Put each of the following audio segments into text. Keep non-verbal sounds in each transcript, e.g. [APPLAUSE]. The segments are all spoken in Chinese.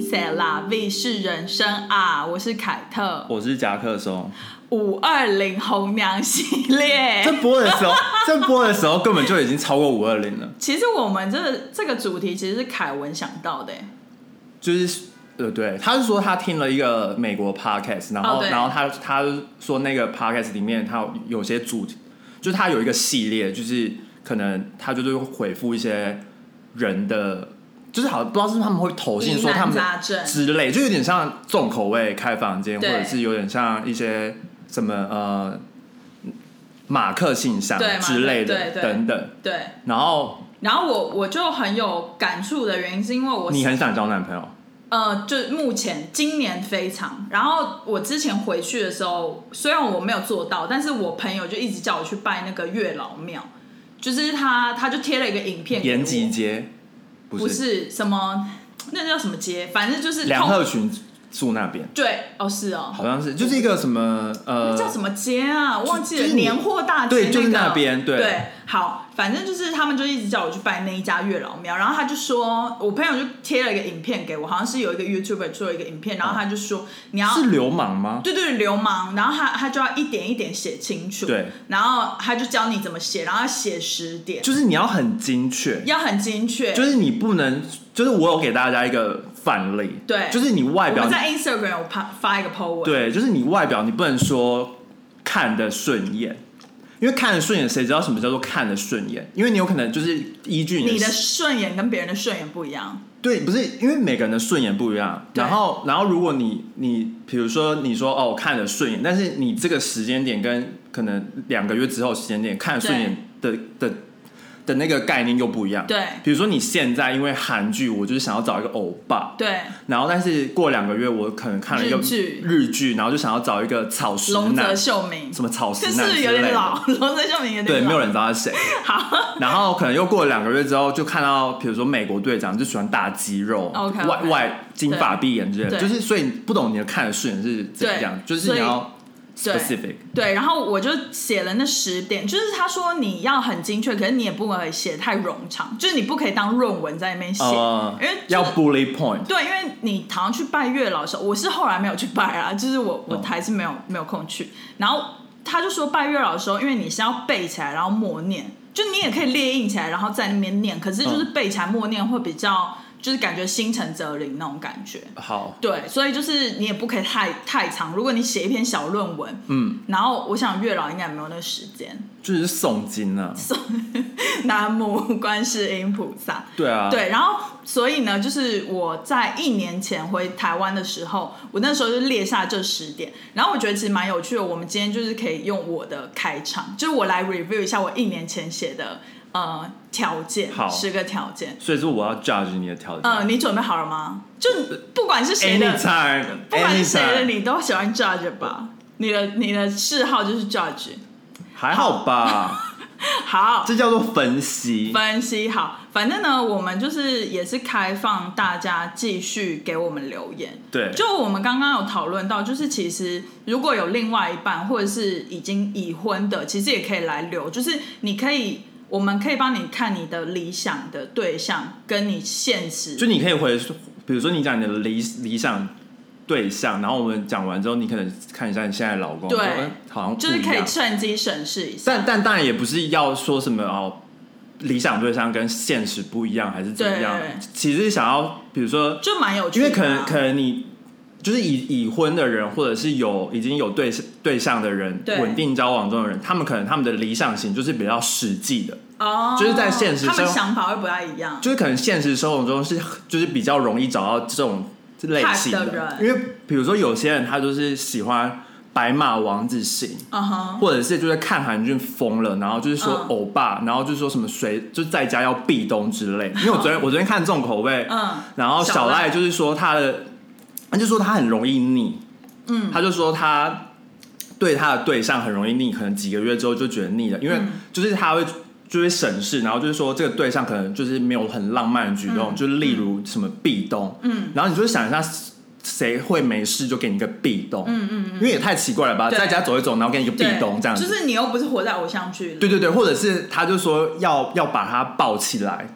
塞啦？V 是人生啊！我是凯特，我是夹克松。五二零红娘系列这。播的时候，这播的时候根本就已经超过五二零了，其实我们这这个主题其实是凯文想到的，欸就是呃，对，他是说他听了一个美国 podcast，然后、哦对然后他他说那个 podcast 里面他有有些主题，就是他有一个系列，就是可能他就是回复一些人的。就是好，不知道是不是他们会投信说他疑难们杂症之类，就有点像重口味开房间，或对者是有点像一些什么呃马克信箱对马克之类的对对等等。对。然后然后我我就很有感触的原因是因为我你很想交男朋友，呃，就是目前今年非常。然后我之前回去的时候，虽然我没有做到，但是我朋友就一直叫我去拜那个月老庙，就是他他就贴了一个影片给我，延吉街不不是什么那叫什么街，反正就是梁痛鹤群住那边，对哦是哦，好像是就是一个什么呃那，叫什么街啊？我忘记就了，是你年货大街、那个对就是那边对好，反正就是他们就一直叫我去拜那一家月老庙，然后他就说，我朋友就贴了一个影片给我，好像是有一个 YouTuber 做一个影片，然后他就说、你要嗯是流氓吗？对对，流氓，然后他他就要一点一点写清楚，对，然后他就教你怎么写，然后要写十点，就是你要很精确，要很精确，就是你不能，就是我有给大家一个范例，对就是你外我表们在 Instagram 我发发一个 po 文，对，就是你外表你不能说看得顺眼，因为看得顺眼，谁知道什么叫做看得顺眼？因为你有可能就是依据你的顺眼跟别人的顺眼不一样，对，不是因为每个人的顺眼不一样。对然后，然后如果你你比如说你说哦我看的顺眼，但是你这个时间点跟可能两个月之后时间点看得顺眼的的的那个概念又不一样。对比如说你现在因为韩剧，我就是想要找一个欧巴。对，然后，但是过两个月，我可能看了一个日剧日剧，然后就想要找一个草食龙泽男，秀明，什么草 [LAUGHS] 食这男是不是有之类点的老？龙泽秀明有点老， [LAUGHS] 对，没有人知道他是谁。 [LAUGHS] 好，然后可能又过了两个月之后，就看到比如说美国队长就喜欢大肌肉 OK，OK 外外金发碧眼之类的，对就是所以不懂你的看的顺眼是怎么样，对就是你要所以 specific，对，然后我就写了那十点，就是他说你要很精确，可是你也不可以写太冗长，就是你不可以当论文在那边写，呃因为就是、要 bullet point，对，因为你好像去拜月老的时候，我是后来没有去拜啊，就是我我嗯还是没有没有空去。然后他就说拜月老的时候，因为你是要背起来，然后默念，就你也可以列印起来，然后在那边念，可是就是嗯背起来默念会比较，就是感觉心诚则灵那种感觉。好，对，所以就是你也不可以太太长。如果你写一篇小论文，嗯，然后我想月老应该也没有那个时间。就是诵经啊，南无观世音菩萨，对啊，，对，然后所以呢，就是我在一年前回台湾的时候，我那时候就列下这十点，然后我觉得其实蛮有趣的。我们今天就是可以用我的开场，就是我来 review 一下我一年前写的呃条件好，十个条件。所以说我要 judge 你的条件、嗯、你准备好了吗？就不管是谁的 anytime，不管是谁的， anytime，你都喜欢 judge 吧？你的你的嗜好就是 judge。还好吧，好，这叫做分析，分析好，反正呢，我们就是也是开放大家继续给我们留言。对，就我们刚刚有讨论到，就是其实如果有另外一半或者是已经已婚的，其实也可以来留，就是你可以，我们可以帮你看你的理想的对象跟你现实就你可以回，比如说你讲你的理理想对象，然后我们讲完之后，你可能看一下你现在的老公，对说哎好像不就是一可以样趁机审视一下。但但当然也不是要说什么哦，理想对象跟现实不一样还是怎么样对，其实想要比如说，就蛮有趣因的啊、为可能可能你。就是已已婚的人，或者是有已经有对对象的人，对稳定交往中的人，他们可能他们的理想型就是比较实际的，哦，就是在现实他们生活想法会不太一样。就是可能现实生活中是就是比较容易找到这种类型 Type 的的，人因为比如说有些人他就是喜欢白马王子型，嗯哼，或者是就是看韩剧疯了，然后就是说嗯欧巴，然后就是说什么谁就是在家要壁咚之类。因为我昨天我昨天看重口味，嗯，然后小小赖赖就是说他的，他就说他很容易腻，嗯，他就说他对他的对象很容易腻，可能几个月之后就觉得腻了，因嗯为就是他会就会审视，然后就是说这个对象可能就是没有很浪漫的举嗯动，就是例如什么壁咚，嗯，然后你就想一下。谁会没事就给你一个壁咚？嗯嗯因为也太奇怪了吧，对在家走一走，然后给你一个壁对咚这样子，就是你又不是活在偶像剧里，对对对，或者是他就说要要把他抱起来，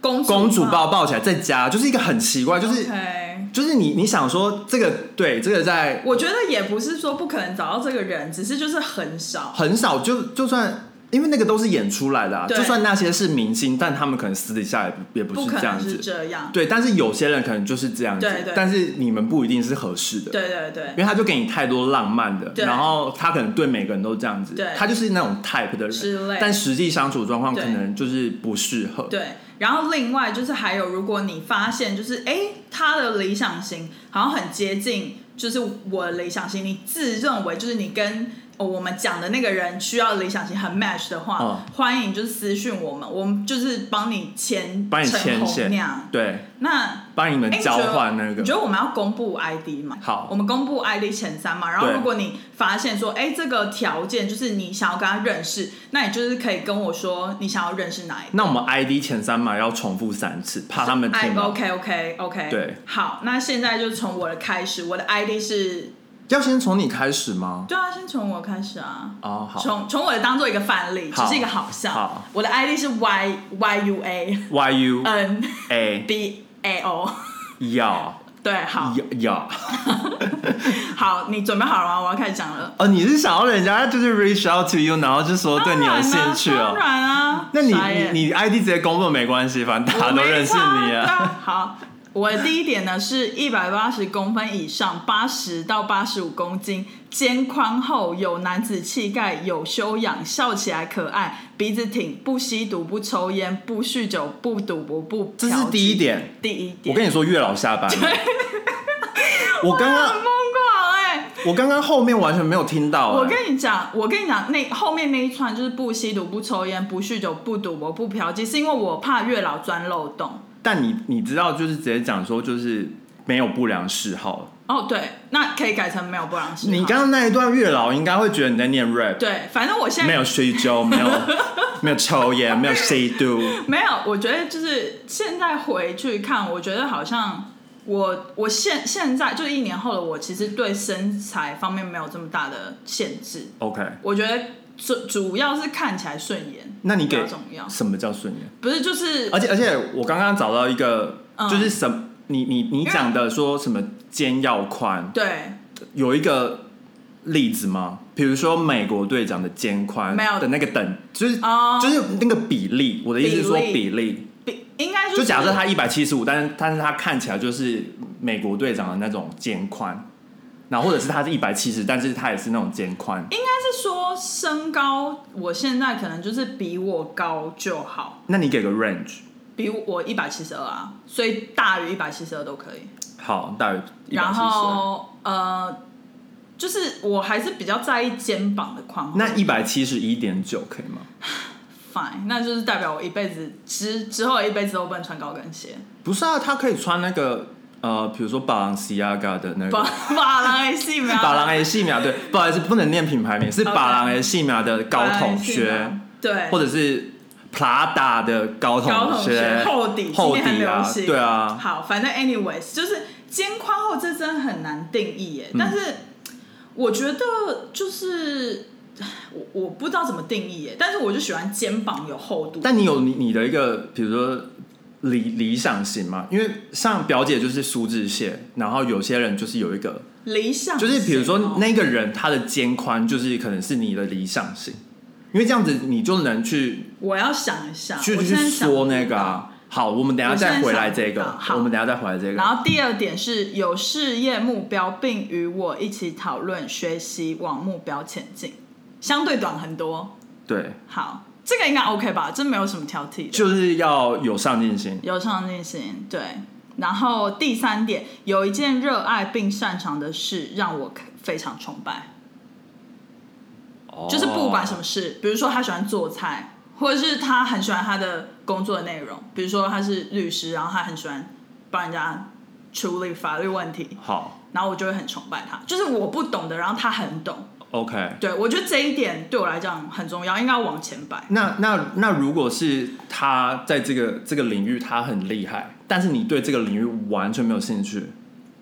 公公主抱抱抱起来在家，就是一个很奇怪，就是 OK 就是你你想说这个对这个在我觉得也不是说不可能找到这个人，只是就是很少。很少就就算。因为那个都是演出来的、啊，对就算那些是明星，但他们可能私底下也不也不不是可这样能子，是这样，对，但是有些人可能就是这样子，对对但是你们不一定是合适的，对对对因为他就给你太多浪漫的，对然后他可能对每个人都这样子，对他就是那种 type 的之人类，但实际相处状况对可能就是不适合，对。然后另外就是还有，如果你发现就是哎，诶他的理想型好像很接近，就是我的理想型，你自认为就是你跟。哦我们讲的那个人需要的理想型很 match 的话，嗯欢迎就是私讯我们，我们就是帮你签帮你成牵红线娘，对，那帮你们哎你交觉得换那个你觉，得我们要公布 ID 吗？好我们公布 ID 前三嘛。然后对如果你发现说，哎，这个条件就是你想要跟他认识，那你就是可以跟我说你想要认识哪一个。那我们 ID 前三码要重复三次，怕他们哎听到， ，OK OK OK，对，好，那现在就从我的开始，我的 ID 是，要先从你开始吗？对啊，先从我开始啊，哦，好从从我的当做一个范例，只好是一个好笑。好我的 ID 是 Y Y U A ，Y U N A B A O， [LAUGHS] 要对，好要要，好，你准备好了吗？我要开始讲了。哦，你是想要人家就是 reach out to you，然后就说对你有兴趣哦当，然啊，那你傻眼你你 ID 直接公布没关系，反正大家都认识你我没啊。差对好，我的第一点呢是一百八十公分以上，八十到八十五公斤，肩宽厚，有男子气概，有修养，笑起来可爱，鼻子挺，不吸毒，不抽烟，不酗酒，不赌博，不这是嫖第一妓。点，第一我点，跟你说，月老下班了。我刚很刚疯狂哎、我刚刚后面完全没有听到、我哎跟你讲，我跟你讲，那后面那一串就是不吸毒、不抽烟、不酗酒、不赌博、不嫖妓，是因为我怕月老钻漏洞。但你你知道，就是直接讲说，就是没有不良嗜好。哦，对，那可以改成没有不良嗜好。你刚刚那一段月老应该会觉得你在念 rap，对，反正我现在没有酗酒，[LAUGHS] 没有没有抽烟，没有吸毒。没有，我觉得就是现在回去看，我觉得好像我我现现在就是一年后的我，其实对身材方面没有这么大的限制。 OK，我觉得主主要是看起来顺眼，那你比较给重要，什么叫顺眼？不是就是而且而且，我刚刚找到一个，嗯就是什么你你你讲的说什么肩要宽，对有一个例子吗？比如说美国队长的肩宽没有的那个等，就是、哦就是那个比例。我的意思是说比比例，比应该就假设他一百七十五，但是但是他看起来就是美国队长的那种肩宽，然后或者是他是一百七十，但是他也是那种肩宽。应该是说身高，我现在可能就是比我高就好，那你给个 range，比我一百七十二啊，所以大于一百七十二都可以。好，大于一百然七十。后呃，就是我还是比较在意肩膀的宽厚。那一百七十一点九可以吗？ fine，那就是代表我一辈子之之后的一辈子都不能穿高跟鞋。 [LAUGHS] 不是啊，他可以穿那个呃，比如说 Balenciaga 的那把个。把郎 A [LAUGHS] 系没有巴郎 A 细苗对，不好意思，不能念品牌名，是 OK 巴郎 A 细苗的高筒把郎 A 系靴吗，对，或者是 Prada 的高高筒筒靴厚底，厚今天很底流啊，行。对啊，好，反正 anyways，就是肩宽厚这真的很难定义嗯耶。但是我觉得就是我我不知道怎么定义耶，但是我就喜欢肩膀有厚度。但你有你你的一个，比如说理理想型嘛，因为像表姐就是苏志燮，然后有些人就是有一个，理想就是比如型哦说那个人他的肩宽就是可能是你的理想型，因为这样子你就能去我要想一下，去啊我去现在想不说那个、啊。好，我们等一下再回来这我现个在想不，到我们等一下再回来这到。个。然后第二点是有事业目标，并与我一起讨论学习，往目标前进，相对短很多。对，好，这个应该 OK 吧？这没有什么挑剔的，就是要有上进心。有上进心。对，然后第三点，有一件热爱并擅长的事让我非常崇拜，哦就是不管什么事，比如说他喜欢做菜，或者是他很喜欢他的工作的内容，比如说他是律师，然后他很喜欢帮人家处理法律问题，哦好然后我就会很崇拜他，就是我不懂的，然后他很懂。 ，OK。对我觉得这一点对我来讲很重要，应该要往前摆。那那那如果是他在这个这个领域他很厉害，但是你对这个领域完全没有兴趣，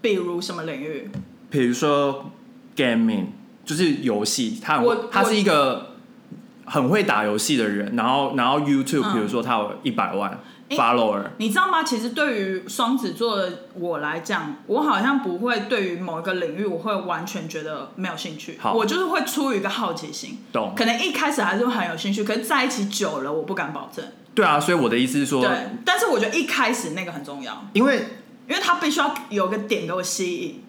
比如什么领域？比如说 gaming 就是游戏，他很我他我是一个很会打游戏的人，然后然后 YouTube 嗯比如说他有一百万，诶 follower，你知道吗？其实对于双子座的我来讲，我好像不会对于某一个领域，我会完全觉得没有兴趣。好我就是会出于一个好奇心，懂？可能一开始还是会很有兴趣，可是在一起久了，我不敢保证。对啊，所以我的意思是说，对，但是我觉得一开始那个很重要，因为因为他必须要有个点给我吸引，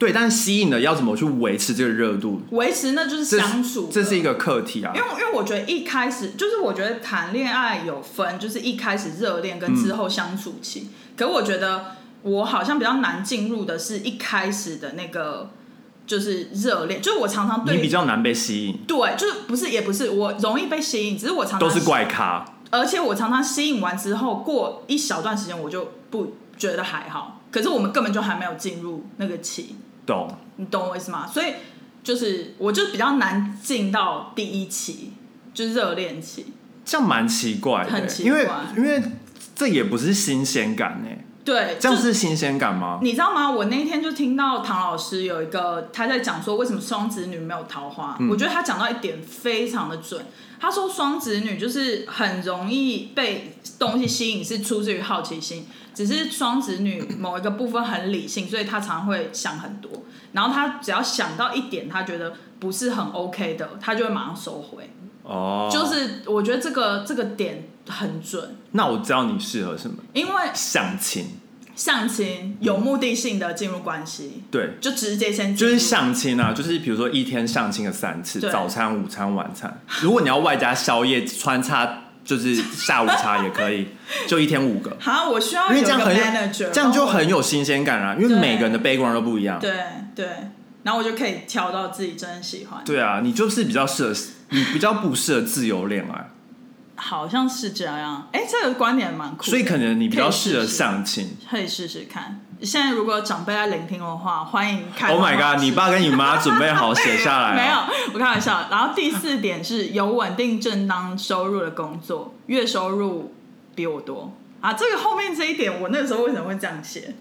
对，但吸引的要怎么去维持这个热度，维持那就是这相处这是一个。个课题啊因。为因为我觉得一开始就是我觉得谈恋爱有分，就是一开始热恋跟之后相处期。可我觉得我好像比较难进入的是一开始的那个就是热恋，就是我常常你对比较难被吸引，对，就是不是也不是我容易被吸引，只是我常常都是，怪咖。而且我常常吸引完之后，过一小段时间我就不觉得还好，可是我们根本就还没有进入那个期，懂，你懂我意思吗？所以就是我就比较难进到第一期，就是热恋期。这样蛮奇怪的，很奇因为怪因为这也不是新鲜感哎、对，这样就是新鲜感吗？你知道吗？我那天就听到唐老师有一个他在讲说为什么双子女没有桃花，我觉得他讲到一点非常的准。他说双子女就是很容易被东西吸引，是出自于好奇心。只是双子女某一个部分很理性，所以他常会想很多。然后他只要想到一点，他觉得不是很 OK 的，他就会马上收回。哦，就是我觉得这个这个点很准，那我知道你适合什么，因为相亲，相亲有目的性的进入关系。对，就直接先进就入是相亲啊，就是比如说一天相亲个三次，对早餐、午餐、晚餐。如果你要外加宵夜穿插，就是下午茶也可 [LAUGHS] 以，就一天五个，好，我需要因为有一这个样很 manager，这样就然后很有新鲜感啊，因为对每个人的 background 都不一样。对对，然后我就可以挑到自己真的喜欢，对啊，你就是比较适合，你比较不适合自由恋爱，好像是这样。哎，这个观点蛮酷的，所以可能你比较可以试适合试相亲。可以试试看。现在如果有长辈在聆听的话，欢迎看。哦 Oh my god！你爸跟你妈 [LAUGHS] 准备好写下来、啊，没有，我开玩笑。然后第四点是有稳定正当收入的工 [LAUGHS] 作，月收入比我多啊。这个后面这一点，我那时候为什么会这样写？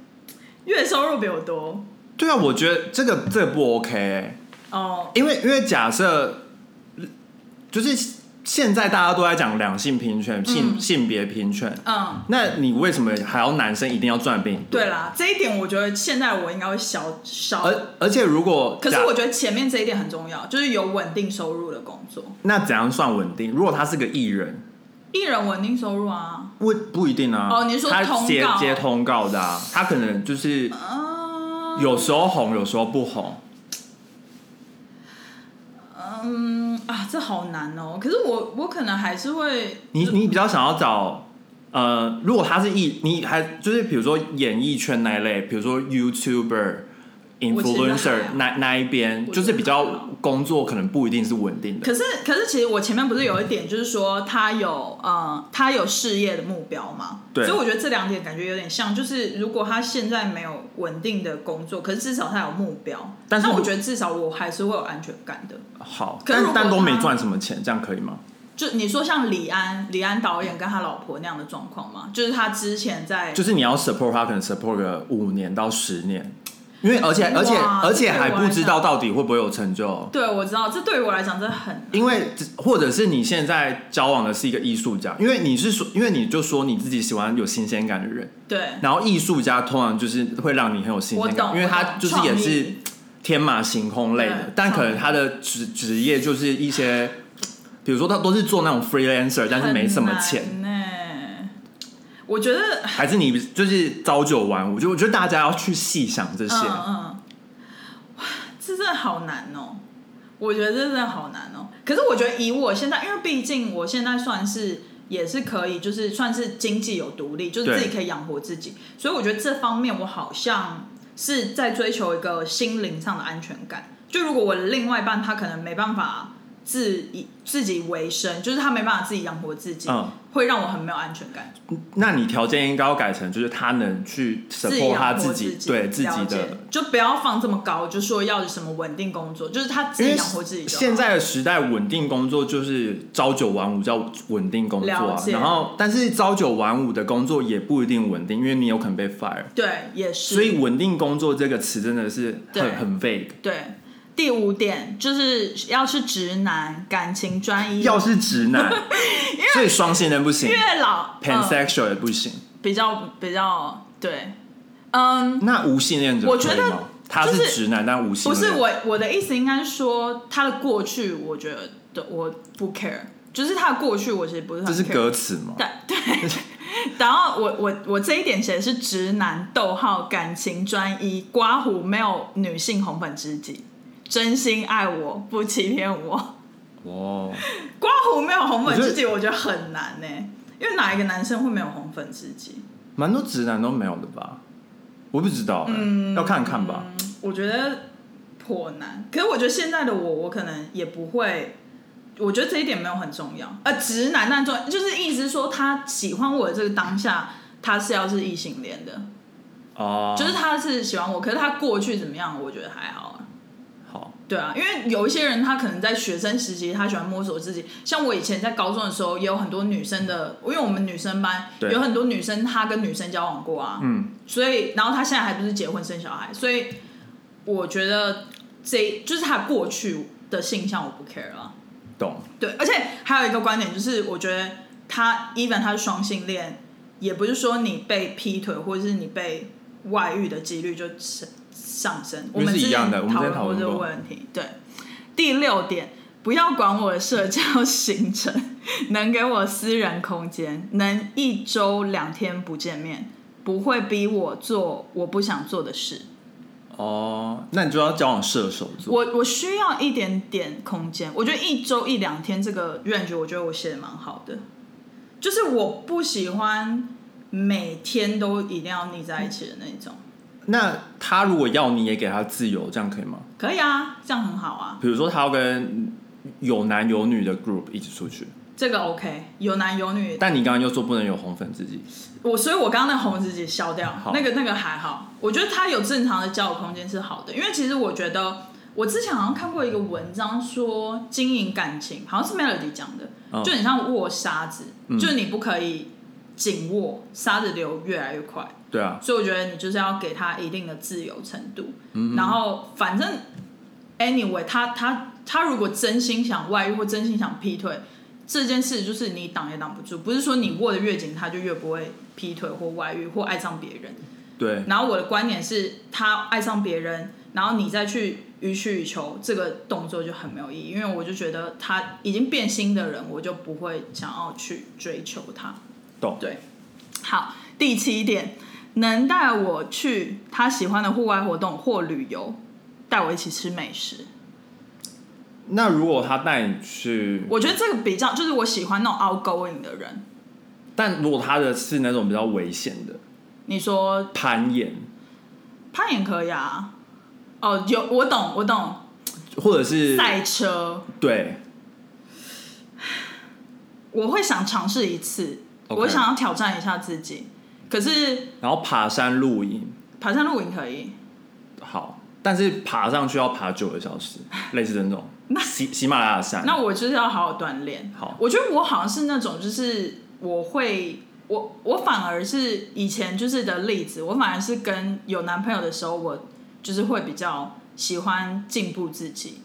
月收入比我多对啊，我觉得这个这个不 OK，、欸、哦，因为因为假设就是现在大家都在讲两性平权、性、性别平权，嗯，那你为什么还要男生一定要赚比你多？对，啦，这一点我觉得现在我应该会小小而而且如果可是呃假我觉得前面这一点很重要，就是有稳定收入的工作，那怎样算稳定？如果他是个艺人，艺人稳定收入啊，不不一定啊。哦你是说他通接告接通告的、啊，他可能就是嗯、有时候红，有时候不红。嗯啊，这好难哦。可是我我可能还是会，你你比较想要找呃，如果他是艺，你还就是比如说演艺圈那一类，比如说 YouTuber、我其实还 influencer 好那那一边，我觉就得是比较还好工作可能不一定是稳定的。可是可是其实我前面不是有一点就是说他有呃他有事业的目标嘛，对所以我觉得这两点感觉有点像，就是如果他现在没有稳定的工作，可是至少他有目标，但是那我我觉得至少我还是会有安全感的。好，可是但如果但都没他赚什么钱，这样可以吗？就你说像李安，李安导演跟他老婆那样的状况吗？就是他之前在就是你要 support 他，可能 support 个五年到十年，因为而且而且哇而且这个还我还不知道到底会不会有成就。对，我知道，这对于我来讲真的很因为或者是你现在交往的是一个艺术家，因为你是说，因为你就说你自己喜欢有新鲜感的人，对，然后艺术家通常就是会让你很有新我鲜感，懂，因为他我懂就是创也意是天马行空类的对，但可创能意他的职职业就是一些，比如说他都是做那种 freelancer，但是没什么钱，很难呢。我觉得，还是你就是朝九晚五，我觉得我觉得大家要去细想这些。嗯嗯，哇，这真的好难哦。我觉得这真的好难哦。可是我觉得以我现在，因为毕竟我现在算是也是可以，就是算是经济有独立，就是对自己可以养活自己，所以我觉得这方面我好像是在追求一个心灵上的安全感。就如果我另外一半他可能没办法自以自己为生，就是他没办法自己养活自己，嗯会让我很没有安全感。那你条件应该要改成，就是他能去自 support 养他活自自己，对自己了解的。就不要放这么高，就说要什么稳定工作，就是他自因己为养活自己就好。现在的时代，稳定工作就是朝九晚五叫稳定工作了啊。解然后，但是朝九晚五的工作也不一定稳定，因为你有可能被 fire。对也是，所以“稳定工作”这个词真的是对很很 vague。对。第五点就是要是直男，感情专一，要是直 [LAUGHS] 男，所以双性恋不行月老嗯、 ，pansexual 也不行。比较比较对，嗯，那无性恋者我觉得可以吗他就是是直男，但无性不是恋我我的意思应该是说他的过去，我觉得的我不 care，就是他的过去我其实不是很这是 care 歌词吗？对对。 [LAUGHS] 然后我我我这一点写的是直男，逗号感情专一，刮胡没有女性红粉知己，真心爱我不欺骗我。哦，刮胡没有红粉知己，我觉得很难呢、因为哪一个男生会没有红粉知己？蛮多直男都没有的吧？我不知道、欸，嗯要看看吧。我觉得颇难。可是我觉得现在的我，我可能也不会。我觉得这一点没有很重要。呃，直男那重要，就是意思是说他喜欢我的这个当下，他是要是异性恋的，哦，就是他是喜欢我，可是他过去怎么样，我觉得还好啊。好，对啊，因为有一些人他可能在学生时期，他喜欢摸索自己。像我以前在高中的时候，也有很多女生的，因为我们女生班对有很多女生，她跟女生交往过啊。嗯，所以，然后她现在还不是结婚生小孩，所以我觉得这就是她过去的性向我不 care 了。懂。对，而且还有一个观点就是，我觉得他 even 他是双性恋，也不是说你被劈腿或者是你被外遇的几率就上上升。我因为们是之一样的前我们之前讨论讨论这个过问题。对，第六点，不要管我的社交行程，能给我私人空间，能一周两天不见面，不会逼我做我不想做的事。哦，那你就要交往射手座。我我需要一点点空间。我觉得一周一两天这个 range，我觉得我写的蛮好的。就是我不喜欢每天都一定要腻在一起的那种。那他如果要你也给他自由，这样可以吗？可以啊，这样很好啊，比如说他要跟有男有女的 group 一起出去，这个 OK。有男有女，但你刚刚又说不能有红粉知己，我所以，我刚刚那红自己消掉好，那个那个还好。我觉得他有正常的交友空间是好的，因为其实我觉得我之前好像看过一个文章说经营感情，好像是 Melody 讲的，嗯就很像握沙子，就是你不可以紧握，沙子流越来越快。对啊，所以我觉得你就是要给他一定的自由程度，然后反正 anyway，他他他如果真心想外遇或真心想劈腿，这件事就是你挡也挡不住，不是说你握得越紧，他就越不会劈腿或外遇或爱上别人。对，然后我的观点是他爱上别人，然后你再去予取予求，这个动作就很没有意义，因为我就觉得他已经变心的人，我就不会想要去追求他。懂。对，好，第七点，能带我去他喜欢的户外活动或旅游，带我一起吃美食。那如果他带你去，我觉得这个比较就是我喜欢那种 outgoing 的人。但如果他的是那种比较危险的你说攀岩，攀岩可以啊？哦，有我懂，我懂，或者是赛车对，我会想尝试一次 OK 我想要挑战一下自己。可是然后爬山露营爬山露营可以，好，但是爬上去要爬九个小时，类似这 [LAUGHS] 种喜喜马拉雅山，那我就是要好好锻炼。好我觉得我好像是那种，就是我会，我我反而是以前就是的例子，我反而是跟有男朋友的时候，我就是会比较喜欢进步自己，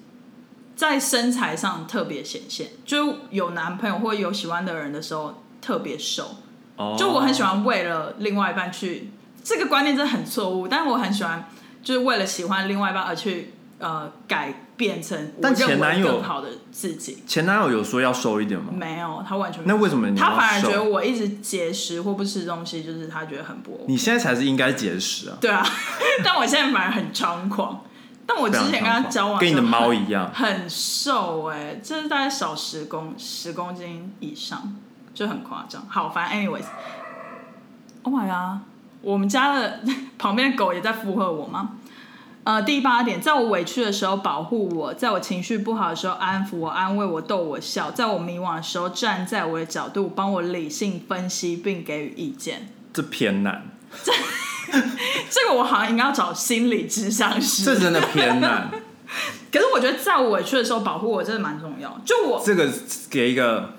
在身材上特别显现，就是有男朋友或有喜欢的人的时候特别瘦，哦就我很喜欢为了另外一半去，这个观念真的很错误，但我很喜欢就是为了喜欢另外一半而去呃改变成我但前认男为友更好的自己。前男友有说要瘦一点吗？没有，他完全没那有。为什么你他要反而觉得瘦我一直节食或不吃东西，就是他觉得很不 OK。你现在才是应该节食啊？对啊， [LAUGHS] 但我现在反而很猖狂。但我之前跟他交往，跟你的猫一样，很瘦哎、就是大概少十公十公斤以上，就很夸张。好，反正 anyways，Oh my god，我们家的 [LAUGHS] 旁边的狗也在附和我吗？呃，第八点，在我委屈的时候保护我，在我情绪不好的时候安抚我、安慰我、逗我笑，在我迷惘的时候站在我的角度帮我理性分析并给予意见。这偏难，嗯这个我好像应该要找心理智商师。这真的偏难。 [LAUGHS] 可是我觉得在我委屈的时候保护我真的蛮重要。就我这个给一个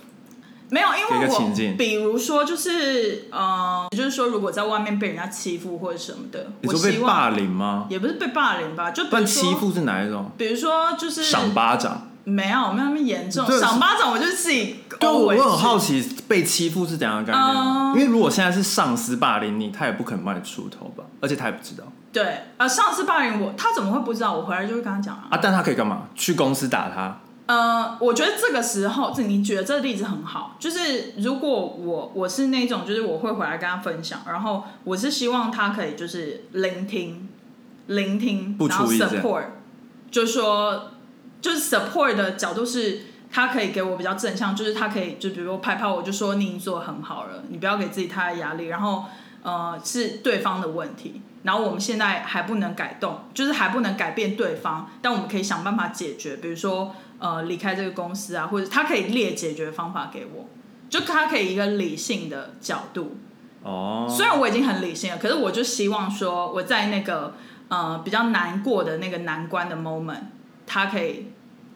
没有，因给一为个情我境比如说就是呃，就是说，如果在外面被人家欺负或者什么的，你我说被希望霸凌吗？也不是被霸凌吧，就比但如欺说，负是哪一种？比如说就是赏巴掌。没有没有那么严重，对赏巴掌我就是自己哦对，哦我我 always 很好奇被欺负是怎样的概念啊、嗯因为如果现在是上司霸凌你，他也不可能帮你出头吧，而且他也不知道对，呃，上次霸凌我，他怎么会不知道？我回来就会跟他讲啊。啊。但他可以干嘛？去公司打他？呃，我觉得这个时候，这你举的这个例子很好，就是如果我我是那种，就是我会回来跟他分享，然后我是希望他可以就是聆听，聆听不，然后处理这样 support，就是说就是 support 的角度是，他可以给我比较正向，就是他可以就比如说拍拍我，就说你已经做的很好了，你不要给自己太大压力，然后呃是对方的问题，然后我们现在还不能改动，就是还不能改变对方，但我们可以想办法解决，比如说呃离开这个公司啊，或者他可以列解决方法给我，就他可以一个理性的角度，哦，虽然我已经很理性了，可是我就希望说我在那个呃比较难过的那个难关的 moment，他可以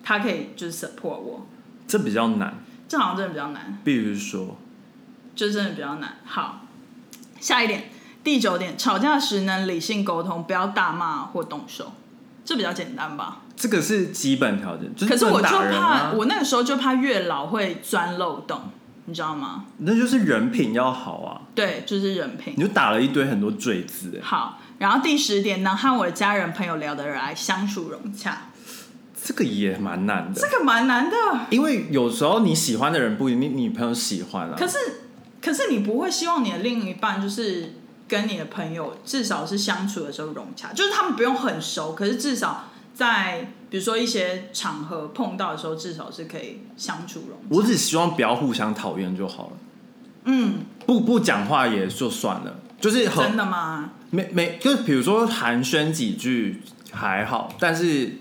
他可以就是 support 我，这比较难。这好像真的比较难，必须说，就真的比较难。好，下一点，第九点，吵架时能理性沟通，不要大骂或动手，这比较简单吧？这个是基本条件，就可是是不我能就打人怕，啊。我那个时候就怕月老会钻漏洞，你知道吗？那就是人品要好啊。对，就是人品你。就打了一堆很多赘字、欸好，然后第十点，能和我的家人朋友聊得来，相处融洽。这个也蛮难的。这个蛮难的。因为有时候你喜欢的人不一定你朋友喜欢啊。可是，可是你不会希望你的另一半就是跟你的朋友至少是相处的时候融洽，就是他们不用很熟，可是至少在比如说一些场合碰到的时候，至少是可以相处融洽。我只希望不要互相讨厌就好了，嗯，不不讲话也就算了，就是真很的吗？没没，就是比如说寒暄几句还好，但是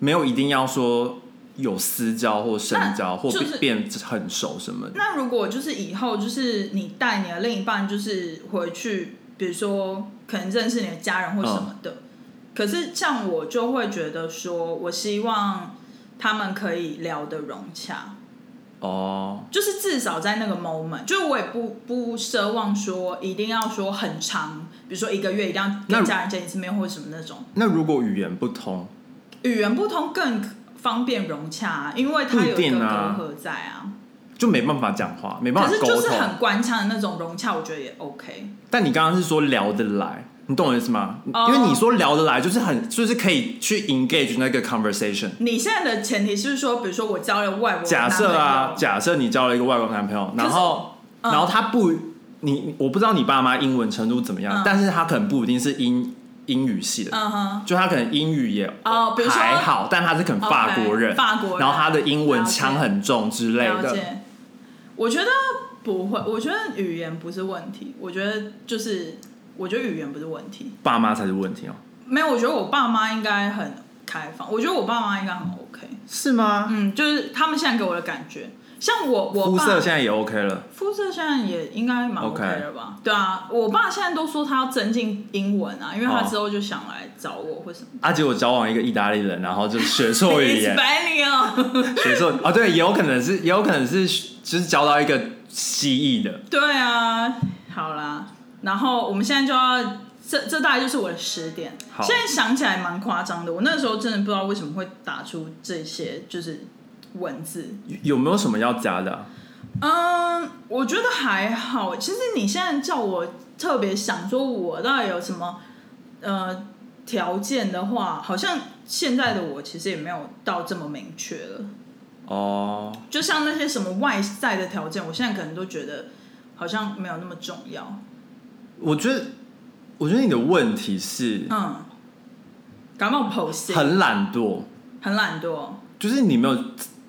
没有一定要说有私交或深交那或就是变很熟什么的。那如果就是以后就是你带你的另一半就是回去，比如说可能认识你的家人或什么的，可是像我就会觉得说，我希望他们可以聊得融洽。哦，就是至少在那个 moment，就是我也不不奢望说一定要说很长，比如说一个月一定要那跟家人见一次面或者什么那种，那如果语言不通，语言不通更方便融洽、啊，因为它有不一一个定隔啊阂在啊。就没办法讲话，没办可法是沟就是通。很官腔的那种融洽，我觉得也 OK。但你刚刚是说聊得来，你懂我意思吗？哦因为你说聊得来，就是很就是可以去 engage 那个 conversation。你现在的前提是说，比如说我交了外国假设啊，男朋友假设你交了一个外国男朋友，然后、嗯然后他不，你我不知道你爸妈英文程度怎么样，嗯但是他可能不一定是英英语系的，嗯哼，就他可能英语也哦比如说还好，但他是可能法国人 OK，法国人然后他的英文了解腔很重之类了的，解。我觉得不会，我觉得语言不是问题，我觉得就是我觉得语言不是问题。爸妈才是问题哦，没有，我觉得我爸妈应该很开放，我觉得我爸妈应该很 OK。是吗？嗯，就是他们现在给我的感觉，像我我肤爸色现在也 OK 了，肤色现在也应该蛮 OK OK 了吧对啊，我爸现在都说他要增进英文啊，因为他哦之后就想来找我或什么。阿杰我啊交往一个意大利人，然后就学 [LAUGHS] 错语言， Hispanic 学错哦，对，也有可能是也有可能是就是交到一个蜥蜴的， [LAUGHS] 对啊，好啦，然后我们现在就要。这这大概就是我的十点。好现在想起来蛮夸张的，我那时候真的不知道为什么会打出这些就是文字，有有没有什么要加的啊、嗯，我觉得还好。其实你现在叫我特别想说，我到底有什么呃条件的话，好像现在的我其实也没有到这么明确了。哦，就像那些什么外在的条件，我现在可能都觉得好像没有那么重要。我觉得，我觉得你的问题是嗯，感冒剖析，很很懒惰，很懒惰。就是你没有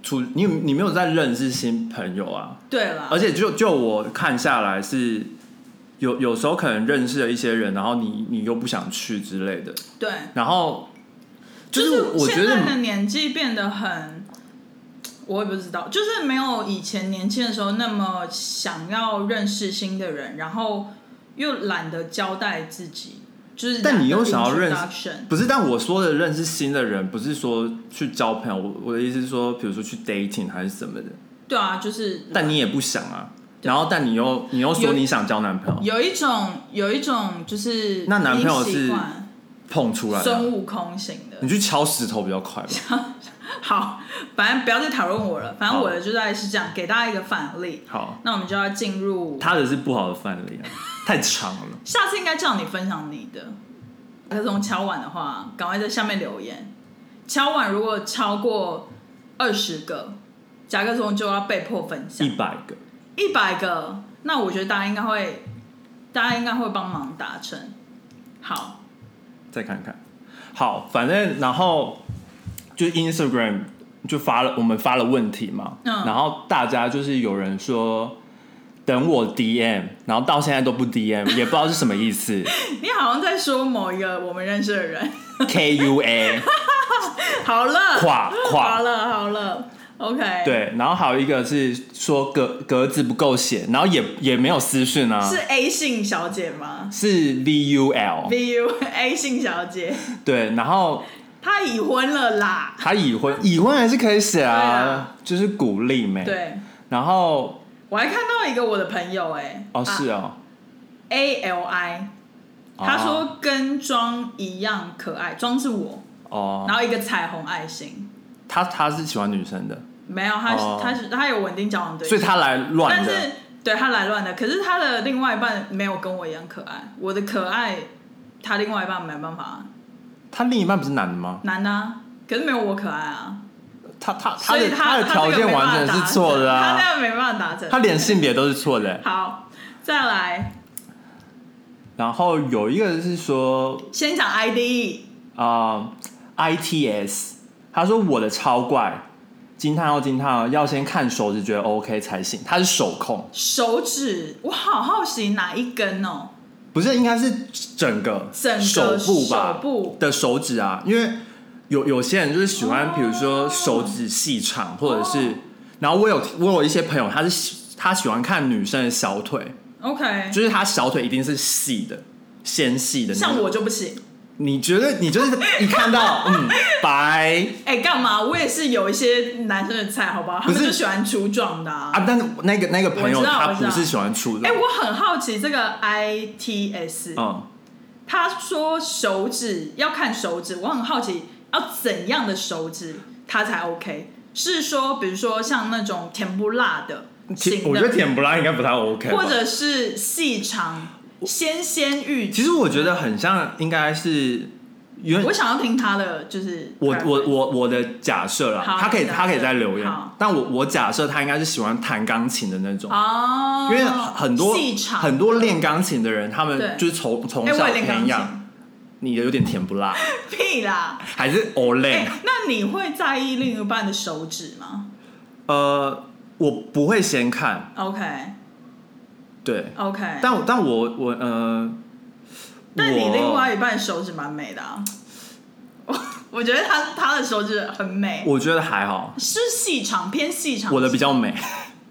出，你你没有在认识新朋友啊。对了，而且就就我看下来是，有有时候可能认识了一些人，然后你你又不想去之类的，对，然后就就是我我觉现在的得年纪变得很，我也不知道，就是没有以前年轻的时候那么想要认识新的人，然后又懒得交代自己，就是但你又想要认识识，不是，但我说的认识新的人，不是说去交朋友，我我的意思是说，比如说去 dating 还是什么的，对啊，就是但你也不想啊，然后但你又你又说你想交男朋友，有一种有一种就是那男朋友已经是啊习惯碰出来孙的，悟空型的你。去敲石头比较 [LAUGHS] 快吧。好，反正不要再讨论我了，反正好我的就大概是这样，给大家一个反例。好，那我们就要进入，他的是不好的范 [LAUGHS] 例、啊，太长了。下次应该叫你分享你的。可是从敲碗的话，赶快在下面留言。敲碗如果超过二十个，甲壳虫就要被迫分享一百个，一百个。那我觉得大家应该会，大家应该会帮忙达成。好，再看看。好，反正然后就 Instagram 就发了，我们发了问题嘛，嗯然后大家就是有人说等我 DM，然后到现在都不 DM，也不知道是什么意思你好像在说某一个我们认识的人。 [LAUGHS] ，KUA 好了，垮好垮。了，好了，OK。，对，然后还有一个是说格格子不够写，然后也也没有私讯啊，是 A 姓小姐吗是 V U L， ？V U A 姓小姐，对，然后她已婚了啦。他已婚，已婚还是可以写啊，对啊就是鼓励没。对，然后我还看到一个我的朋友、哎，哦是哦， A L I，他说跟妆一样可爱，妆是我，哦，然后一个彩虹爱心，他他是喜欢女生的，没有，他是、哦他是他有稳定交往对所象以，他来乱但的。是对他来乱的，可是他的另外一半没有跟我一样可爱，我的可爱，他另外一半没办法，他另一半不是男的吗？男的、啊，可是没有我可爱啊，他他他所以的他的条件完全是错的他啊，这个没办法达成，他这个没办法他达成。连性别都是错的欸。好，再来，然后有一个是说先讲 IDE，啊、i T S，他说我的超怪，惊叹号惊叹号，要先看手指觉得 OK 才行，他是手控，手指，我好好奇哪一根哦，不是应该是整个整个手部吧？手部的手指啊，因为有有些人就是喜哦欢，比如说手指细长，或者是，然后我有我有一些朋友，他是喜他喜欢看女生的小腿， ，OK，就是他小腿一定是细的，纤细的。像我就不行。你，你觉得你就是一看到嗯白哎、干嘛？我也是有一些男生的菜，好不好？他不是们就喜欢粗壮的啊。啊，但是那个那个朋我友知道他我知道不是喜欢粗的哎、，我很好奇这个 ITS，、嗯，他说手指要看手指，我很好奇要怎样的手指他才 OK？是说，比如说像那种甜不辣的甜型我觉得的，甜不辣应该不太 OK，吧或者是细长、纤纤玉指。其实我觉得很像，应该是原我想要听他的，就是我我 preference 我我的假设啦好，他可以你的他可以再留言好，但我我假设他应该是喜欢弹钢琴的那种，哦，因为很多细长很多练钢琴的人，他对们就是从从哎、小我也练钢培琴，养，你的有点甜不 [LAUGHS] 辣，屁啦！还是 o l 哎、 e 那你会在意另一半的手指吗呃，我不会先看， ？OK 对， OK，但但我但我我呃，你我另外一半手指蛮美的、啊， [LAUGHS] 我我觉得他他的手指很美，我觉得还好，是细长偏细长，我的比较美，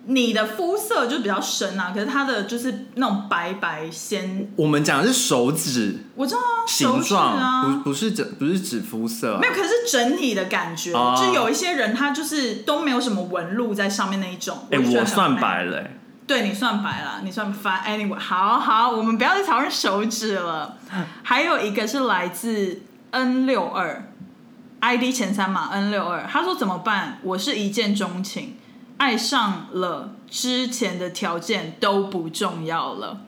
你的肤色就比较深啊，可是他的就是那种白白鲜，我们讲的是手指我知道啊，手形指状，啊。不不是指不是指肤色、啊没，有，可是整体的感觉，哦就有一些人他就是都没有什么纹路在上面那一种。哎、就觉得我很算美白了、哎对你算白了，你算翻。Anyway，好好，我们不要再讨论手指了。还有一个是来自 N 六二 ID 前三嘛，N 六二，他说怎么办？我是一见钟情，爱上了，之前的条件都不重要了。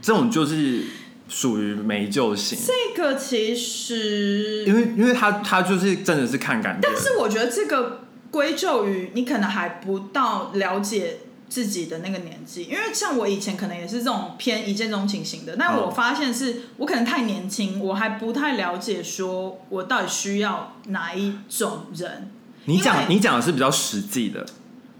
这种就是属于没救型，这个其实，因为因为他他就是真的是看感觉，但是我觉得这个归咎于你可能还不到了解自己的那个年纪，因为像我以前可能也是这种偏一见钟情型的，但嗯我发现是我可能太年轻，我还不太了解说我到底需要哪一种人。你因讲为你讲的是比较实际的，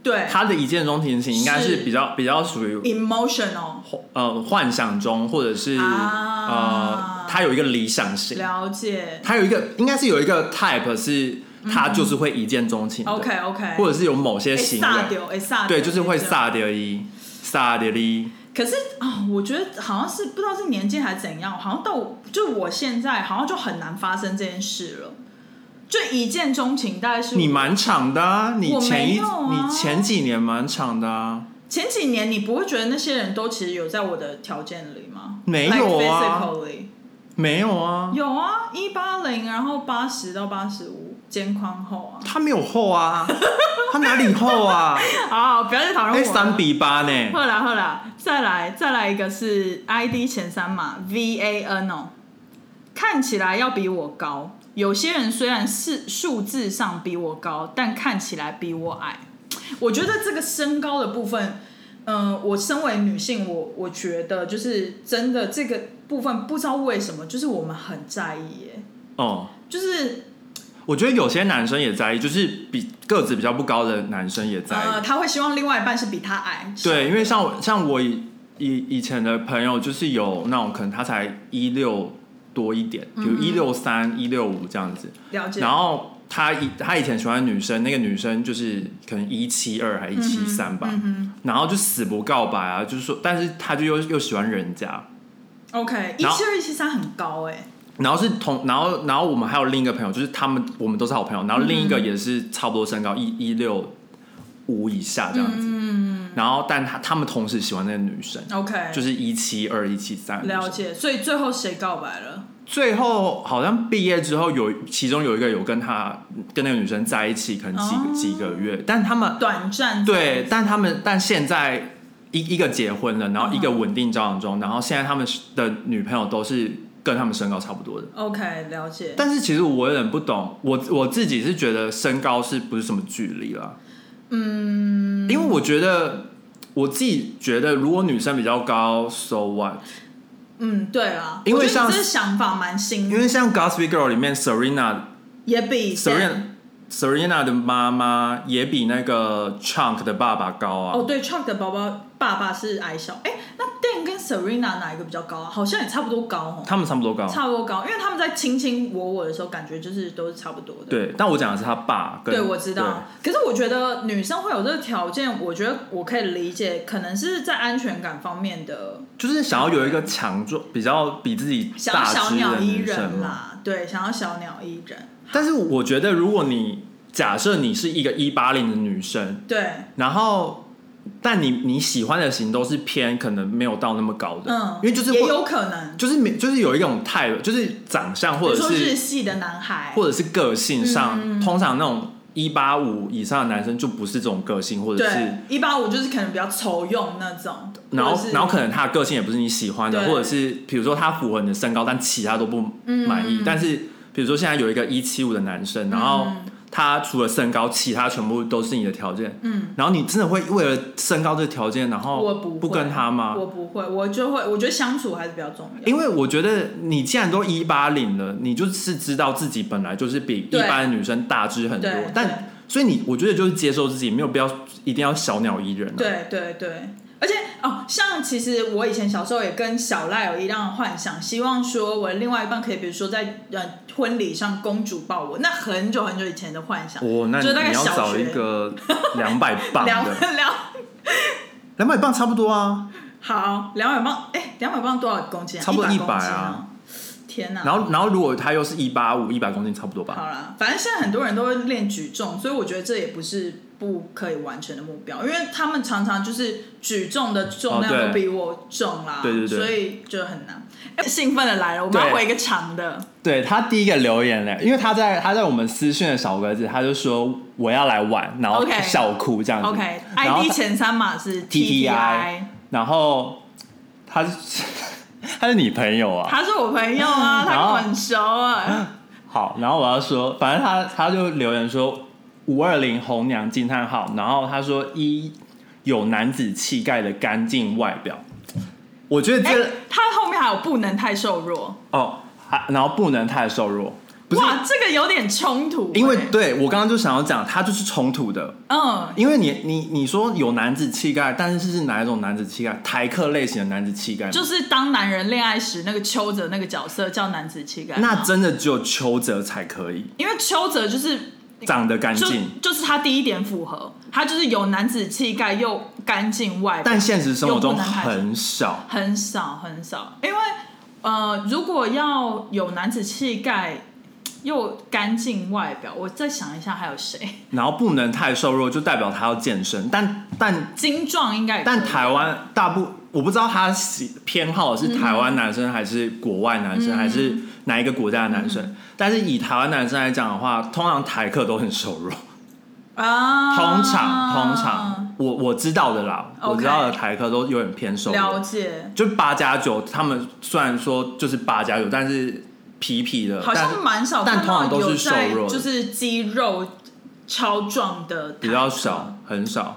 对他的一见钟情型应该是是比较比较属于，emotional 呃幻想中或者是、啊呃他有一个理想型，了解他有一个应该是有一个 type 是他就是会一见钟情的嗯，OK OK，或者是有某些行撒为，丢，哎撒 [LAUGHS] 对，就是会。撒掉一撒掉一，可是啊、我觉得好像是不知道是年纪还是怎样，好像到就我现在好像就很难发生这件事了。就一见钟情，大概是你蛮长的、啊，你我前没一、有啊你前几年蛮长的啊，前几年你不会觉得那些人都其实有在我的条件里吗？没有啊 Like physically 没有啊，有啊，一八零，然后八十到八十五，肩宽厚 [LAUGHS] 啊。他没有厚啊， [LAUGHS] 他哪里厚啊？好好，不要再讨论哎，我了。啊三比 [LAUGHS] 八呢？后来后来，再来再来一个是 ID 前三嘛，V A N 哦，看起来要比我高。有些人虽然是数字上比我高，但看起来比我矮。我觉得这个身高的部分，嗯、我身为女性，我我觉得就是真的这个部分，不知道为什么，就是我们很在意耶，哦、就是我觉得有些男生也在意，就是比个子比较不高的男生也在意。呃，他会希望另外一半是比他矮。对，因为像我像我以以以前的朋友，就是有那种可能他才一六多一点，嗯比如一六三、一六五这样子。了解。然后他以他以前喜欢的女生，那个女生就是可能一七二还一七三嗯吧，然后就死不告白啊，就是说，但是他就又又喜欢人家。 OK，一然后七二一七三很高哎，然后是同，然后然后我们还有另一个朋友，就是他们我们都是好朋友，然后另一嗯个也是差不多身高一一六五以下这样嗯子，然后但他他们同时喜欢那个女生， OK，就是一七二一七三，了解，所以最后谁告白了？最后好像毕业之后有其中有一个有跟他跟那个女生在一起，可能几个、哦几个月，但他们短 [LAUGHS] 暂对，但他们但现在一一个结婚了，然后一个稳定交往中，然后现在他们的女朋友都是跟他们身高差不多的。 ，OK，了解。但是其实我有点不懂，我我自己是觉得身高是不是什么距离啦？嗯，因为我觉得我自己觉得，如果女生比较高，so what？嗯，对啊，因为我觉得像你这个想法蛮新，因为像《Gossip Girl》里面 Serena 也比 Serena Serena 的妈妈也比那个 Chunk 的爸爸高啊。哦，对，Chuck 的宝宝爸爸是矮小，哎，那 Dan 跟 Serena 哪一个比较高啊？好像也差不多高哦，他们差不多高。差不多高，因为他们在卿卿我我的时候，感觉就是都是差不多的。对，但我讲的是他爸跟。对，我知道。可是我觉得女生会有这个条件，我觉得我可以理解，可能是在安全感方面的对就是想要有一个强壮、比较比自己想要大小只鸟的依女生人嘛。啦，对，想要小鸟依人，但是我觉得，如果你假设你是一个一八零的女生，对，然后但你你喜欢的型都是偏可能没有到那么高的，嗯，因为就是会也有可能，就是没就是有一种态，就是长相比或如者说嗯是日系的男孩，或者是个性上，通常那种一八五以上的男生就不是这种个性，或者是对，一八五就是可能比较丑用那种，然或者后是然后可能他的个性也不是你喜欢的，对或者是比如说他符合你的身高，但其他都不满嗯意。但是比如说现在有一个一七五的男生，然后嗯他除了身高，其他全部都是你的条件，嗯，然后你真的会为了身高这个条件，然我后不会不跟他吗？我不会，我就会，我觉得相处还是比较重要，因为我觉得你既然都一八零了，你就是知道自己本来就是比一对般的女生大只很多对，对但所以你我觉得就是接受自己，没有必要一定要小鸟依人、啊。，对对对，而且哦，像其实我以前小时候也跟小赖有一样的幻想，希望说我的另外一半可以，比如说在呃婚礼上公主抱我，那很久很久以前的幻想，哦，那你就大概你要小找学一个两百磅 [LAUGHS] 两的，两两百磅差不多啊。好两百磅，哎，两百磅多少公斤啊？差不多100公100斤啊！天哪！然后然后如果他又是一八五、一百公斤，差不多吧。好啦，反正现在很多人都会练举重，所以我觉得这也不是不可以完成的目标，因为他们常常就是举重的重哦量对都比我重啦，对对对所以就很难。哎兴奋的来了，我们对要回一个长的，对他第一个留言嘞，因为他在他在我们私讯的小鸽子，他就说我要来玩，然后 OK 笑哭这样子。嗯然后 OK，ID 他前三码是 TTI 然后他是 [LAUGHS] 他是你朋友啊？他是我朋友啊，他 [LAUGHS] 然跟后我很熟啊，好，然后我要说，反正他他就留言说五二零红娘惊叹号，然后他说一有男子气概的干净外表，我觉得哎这、，他后面还有不能太瘦弱，哦，还然后不能太瘦弱，不是哇，这个有点冲突欸，因为对我刚刚就想要讲，他就是冲突的，嗯，因为你你你说有男子气概，但是是哪一种男子气概？台客类型的男子气概吗，就是当男人恋爱时，那个邱泽那个角色叫男子气概。那真的只有邱泽才可以因为邱泽就是长得干就净。就是他第一点符合，他就是有男子气概又干净外表，但现实生活中又不能太瘦很少，很少很少，因为呃，如果要有男子气概，又干净外表，我再想一下还有谁， [LAUGHS] 然后不能太瘦弱，就代表他要健身。但但精壮应该也可以但台湾大部我不知道他喜偏好的嗯是台湾男生还是国外男生，还是哪一个国家的男生。嗯但是以台湾男生来讲的话，通常台客都很瘦弱。啊，通常通常我我知道的啦 OK 我知道的台客都有点偏瘦了弱，解，就八加九。他们虽然说就是八加九，但是皮皮的，好但像蛮少但看到通常都有是在瘦弱的就是肌肉超壮的比台较客少，很少。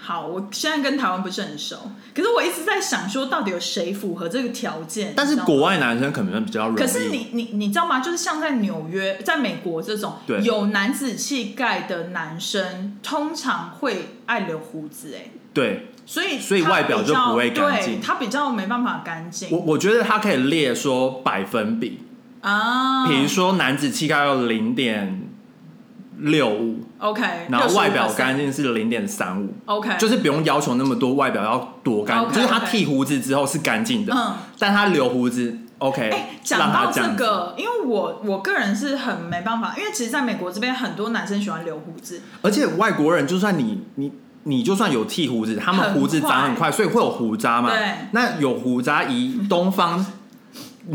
好，我现在跟台湾不是很熟，可是我一直在想说，到底有谁符合这个条件？但是你知道吗国外男生可能比较容易。可是你你你知道吗？就是像在纽约，在美国这种对有男子气概的男生，通常会爱留胡子、哎，对所以所以他外表比就较不会干对净他比较没办法干我净我觉得他可以列说百分比，啊。比如说男子气概要零点六五， OK，然后外表65%干净是零点三五， OK，就是不用要求那么多，外表要多干净， OK，就是他 OK 剃胡子之后是干净的，嗯但他留胡子，OK，、哎，让讲他到这这样子个，因为我我个人是很没办法，因为其实在美国这边很多男生喜欢留胡子，而且外国人就算你你你就算有剃胡子，他们很胡子长快很快，所以会有胡渣嘛对。那有胡渣，以东方 女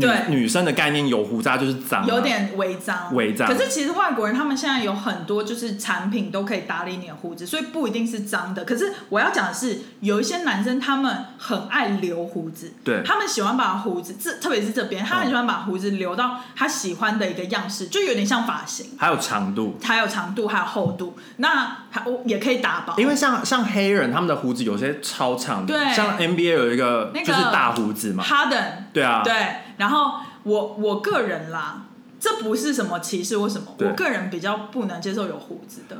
[LAUGHS] 对女生的概念，有胡渣就是脏、啊，有点违章，违章可是其实外国人他们现在有很多就是产品都可以打理你的胡子，所以不一定是脏的。可是我要讲的是，有一些男生他们很爱留胡子，对哦他们喜欢把胡子，这特别是这边，他很喜欢把胡子留到他喜欢的一个样式，就有点像发型，还有长度。还有长度，还有厚度，那还我也可以打薄。因为像像黑人，他们的胡子有些超长的，对像 NBA 有一个那个就是大胡子嘛，哈登对啊，对，然后我我个人啦，这不是什么歧视或什么，对我个人比较不能接受有胡子的，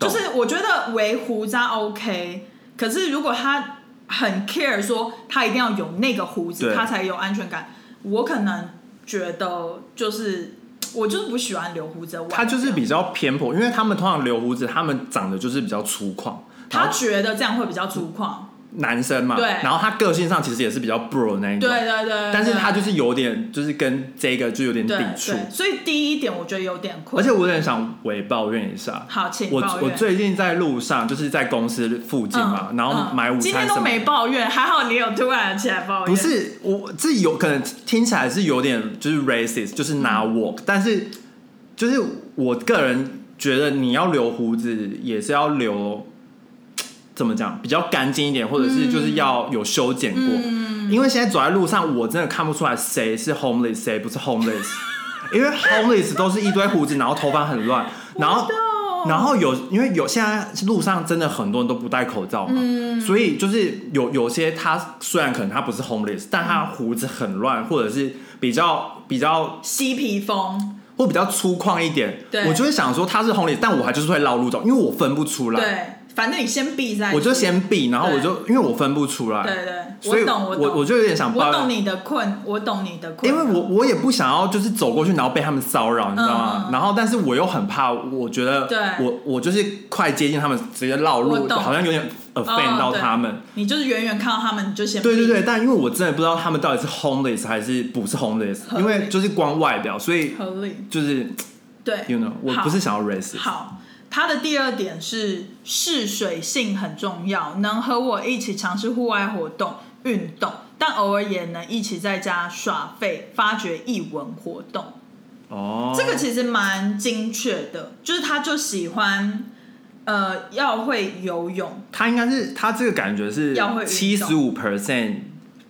就懂是我觉得围胡渣 OK，可是如果他很 care 说他一定要有那个胡子，对他才有安全感，我可能觉得就是我就是不喜欢留胡子的外表，他就是比较偏颇，因为他们通常留胡子，他们长得就是比较粗犷，然他后觉得这样会比较粗犷，男生嘛，对然后他个性上其实也是比较 bro 那一对种，对对对但是他对就是有点就是跟这个就有点抵对触，对，所以第一点我觉得有点而困，且我有点想伪抱怨一下，好，请我抱我怨最近在路上，就是在公司附近嘛，嗯然后嗯买午今餐天什都么。没抱怨，还好你有突然起来抱怨。不，是我，这有可能听起来是有点就是 racist，就是拿我，但是就是我个人觉得你要留胡子也是要留，怎么讲比较干净一点，或者是就是要有修剪过，因为现在走在路上，我真的看不出来谁是 homeless，谁不是 homeless，因为 homeless 都是一堆胡子，然后头发很乱，然后然后有，因为有现在路上真的很多人都不戴口罩嘛，嗯所以就是有有些他虽然可能他不是 homeless，但他胡子很乱，或者是比较比较嬉皮风，或比较粗犷一点对，我就会想说他是 homeless，但我还就是会绕路走，因为我分不出来，对，反正你先避在，我就，先避，然后我对就因为我分不出来，对对，所以我懂，我懂，我就有点想抱我怨懂你的困，我懂你的困因为扰，我我也不想要就是走过去，然后被他们骚扰，你知道吗？嗯嗯然后，但是我又很怕，我觉得对我我就是快接近他们，直接绕我路，懂哦好像有点 offend 到对他们。你就是远远看到他们你就先避对对对，但因为我真的不知道他们到底是 homeless 还是不是 homeless，合理因为就是光外表，所以合理，就是对 you know，我好不是想要 racist，好，他的第二点是试水性很重要，能和我一起尝试户外活动、运动，但偶尔也能一起在家耍废，发掘艺文活动。哦，这个其实蛮精确的，就是他就喜欢，呃，要会游泳，他应该是他这个感觉是要会七运十五 percent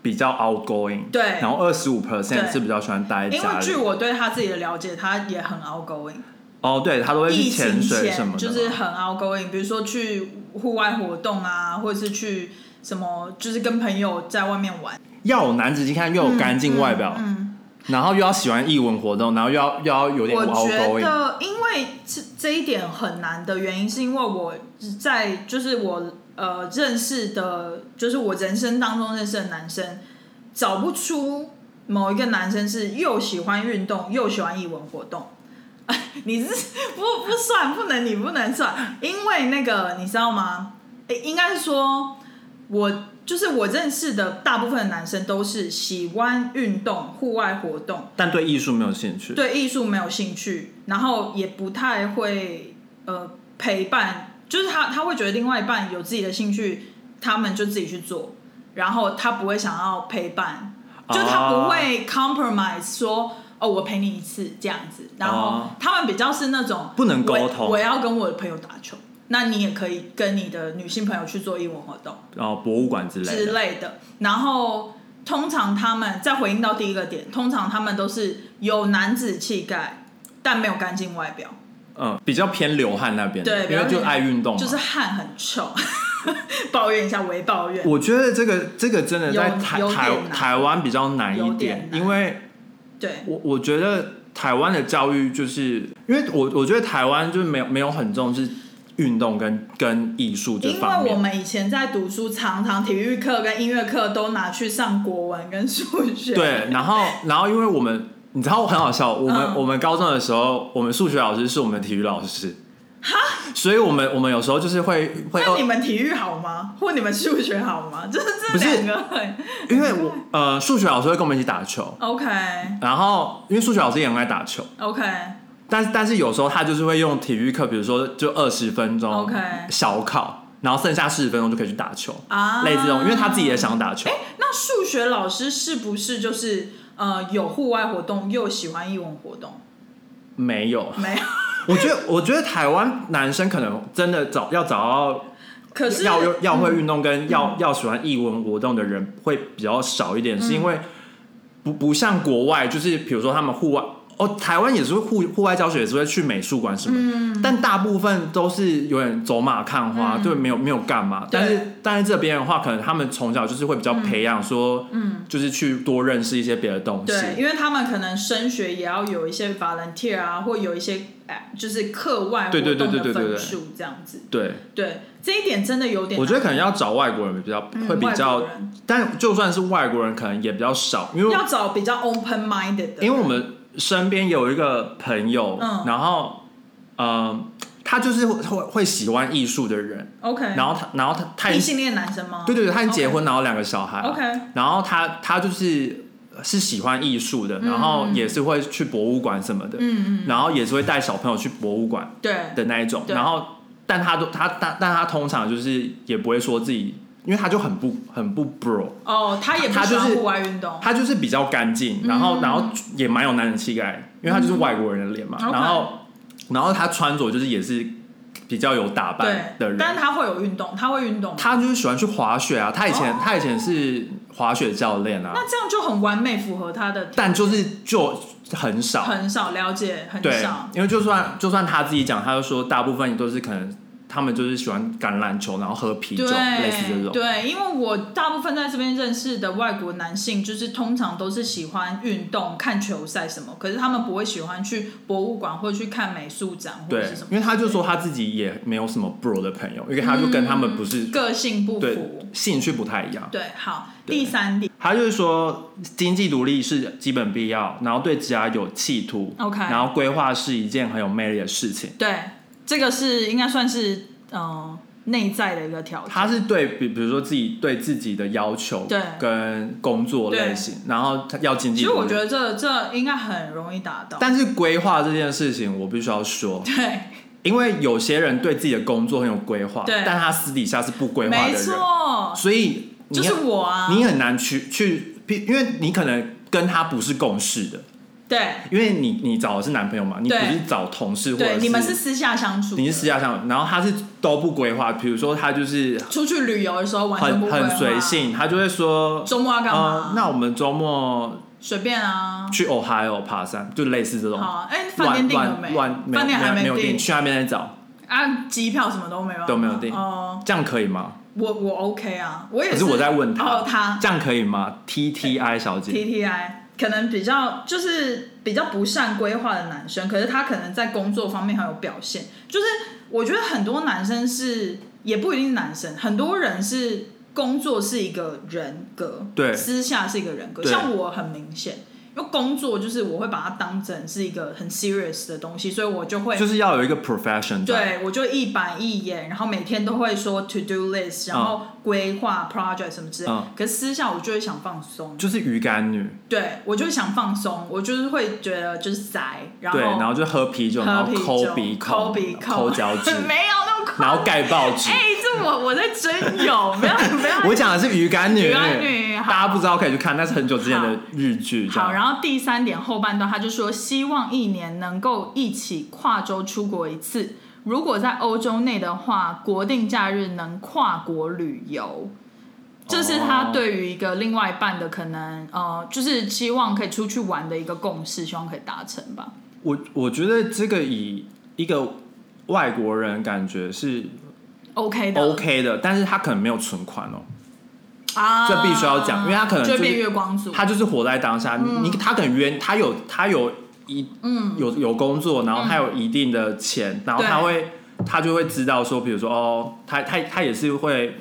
比较 outgoing，对然后二十五对 percent 是比较喜欢待在因家为据里，我对他自己的了解，他也很 outgoing，哦，对他都会去疫情潜水什么前的就嘛，是很 outgoing，比如说去户外活动啊，或者是去什么，就是跟朋友在外面玩，要有男子气概，又有干净外表，嗯。然后又要喜欢艺文活动，然后又要又要有点我觉 outgoing，得，因为这这一点很难的原因，是因为我在就是我呃认识的，就是我人生当中认识的男生，找不出某一个男生是又喜欢运动又喜欢艺文活动。 [LAUGHS] 你是不不算不能，你不能算，因为那个你知道吗？诶，应该是说我就是我认识的大部分的男生都是喜欢运动、户外活动，但对艺术没有兴趣。对艺术没有兴趣，然后也不太会呃陪伴，就是他他会觉得另外一半有自己的兴趣，他们就自己去做，然后他不会想要陪伴，啊就他不会 compromise 说。哦，我陪你一次这样子，然后哦他们比较是那种不能沟我通我要跟我的朋友打球，那你也可以跟你的女性朋友去做英文活动，然后博物馆之类之的，类的。然后通常他们再回应到第一个点，通常他们都是有男子气概，但没有干净外表，嗯，比较偏流汗那边的，对因为比较就爱运动嘛。就是汗很臭。 [LAUGHS] 抱怨一下，微抱怨。我觉得这个这个真的在有台有点台难台湾比较难一有点难因为对，我我觉得台湾的教育就是，因为我我觉得台湾就是没有没有很重视运动跟跟艺术这因方为我面。们以前在读书，常常体育课跟音乐课都拿去上国文跟数学。对，然后然后因为我们你知道很好笑，我们、嗯我们高中的时候，我们数学老师是我们的体育老师，所以我们我们有时候就是会会哦那你们体育好吗？或你们数学好吗？就是这不是两个很因为我呃数学老师会跟我们一起打球， OK 然后因为数学老师也很爱打球， OK 但是但是有时候他就是会用体育课，比如说就二十分钟 OK 小考，然后剩下四十分钟就可以去打球，啊，类似这种，因为他自己也想打球。那数学老师是不是就是呃有户外活动又喜欢英文活动？没有， [LAUGHS] 没有，我觉得我觉得台湾男生可能真的找要找可到是嗯要要要会运动跟要、要喜欢艺文活动的人会比较少一点，嗯是因为不不像国外，就是比如说他们户外。哦，台湾也是户户外教学，也是会去美术馆什么的，嗯但大部分都是有点走马看花，对，没有没有干嘛。对但是但是这边的话，可能他们从小就是会比较培养说，嗯，就是去多认识一些别的东西。对，因为他们可能升学也要有一些 volunteer 啊，或有一些哎就是课外活对对动对的对对对对分数这样子。对，对，这一点真的有点难，我觉得可能要找外国人比较嗯会比外较国，人但就算是外国人，可能也比较少，因为要找比较 open minded 的，因为我们身边有一个朋友，嗯然后呃，他就是会会会喜欢艺术的人， OK，然后他然后他他已异经性恋男生吗？对对对，他已经结婚，然后两个小孩 OK，嗯然后他他就是呃是喜欢艺术的，然后也是会去博物馆什么的，嗯嗯嗯，然后也是会带小朋友去博物馆对，的那一种，对然后但他都他但但他通常就是也不会说自己，因为他就很不很不 bro，哦，他也不他喜就欢是户外运动，他就是比较干嗯净，然后、然后也蛮有男人气概，因为他就是外国人的脸嘛，嗯然后然后他穿着就是也是比较有打扮的对，人，但他会有运动，他会运动吗，他就是喜欢去滑雪啊，他以哦前、他以前是滑雪教练啊，那这样就很完美符合他的条但就是就很少，很少了解，很对少，。因为就算就算他自己讲，他就说大部分都是可能他们就是喜欢橄榄球，然后喝啤酒，类似这对种。对，因为我大部分在这边认识的外国男性，就是通常都是喜欢运动、看球赛什么，可是他们不会喜欢去博物馆或者去看美术展或者对是什，么，因为他就说他自己也没有什么 bro 的朋友，因为他就跟他们不是、个性嗯不对符。兴趣不太一样。对，好，对第三点，他就是说，经济独立是基本必要，然后对职涯有企图 OK 然后规划是一件很有魅力的事情。对，这个是应该算是嗯内在的一个条件。他是对比，比如说自己对自己的要求，对跟工作类型，然后他要经其济实独我立觉。得这这应该很容易达到。但是规划这件事情，我必须要说，对，因为有些人对自己的工作很有规划，对但他私底下是不规划的没人，错，所以你就是我啊，你很难去去，因为你可能跟他不是共事的，对因为你你找的是男朋友嘛，你不对是找同事或者对，你们是私下相处的，你是私下上，然后他是都不规划，比如说他就是出去旅游的时候完全不规很划很随，性，他就会说，周末要干嘛？呃，那我们周末随便啊。去哦 Ohio 爬山，就类似这种好，哎，饭乱店订了乱乱饭店还没有订定，去那边再找，啊，机票什么都没有，都没有订哦，这样可以吗？我我 OK 啊，我也可是我在问他，哦，他这样可以吗？T T I 小姐， TTI 可能比较就是比较不善规划的男生，可是他可能在工作方面很有表现。就是我觉得很多男生是也不一定是男生，很多人是工作是一个人格，对私下是一个人格。对像我很明显，因为工作就是我会把它当成是一个很 serious 的东西，所以我就会就是要有一个 profession 在。对我就一板一眼，然后每天都会说 to do list，然后啊规划 project 什么之类。嗯可是私下我就会想放松，就是鱼干女，对我就会想放松，我就是会觉得就是宅，然后对，然后就喝啤酒，然喝后啤酒抠鼻抠孔鼻，孔，，抠脚趾 [LAUGHS] 没有那么抠。然后盖报 [LAUGHS] 纸哎、。这我我在真有，没有没有。 [LAUGHS] 我讲的是鱼干女，鱼干女好大家不知道可以去看，那是很久之前的日剧。这样好，然后第三点后半段，他就说希望一年能够一起跨州出国一次。如果在欧洲内的话，国定假日能跨国旅游。这是他哦对于一个另外一半的可能，呃，就是希望可以出去玩的一个共识，希望可以达成吧。我我觉得这个以一个外国人感觉是 OK 的 OK 的，但是他可能没有存款哦，啊，这必须要讲因为他可能就就会是变月光族，他就是活在当下。你他可能约他有他有一嗯有有工作，然后他有一定的钱，然后对他会他就会知道说，比如说哦，他他他也是会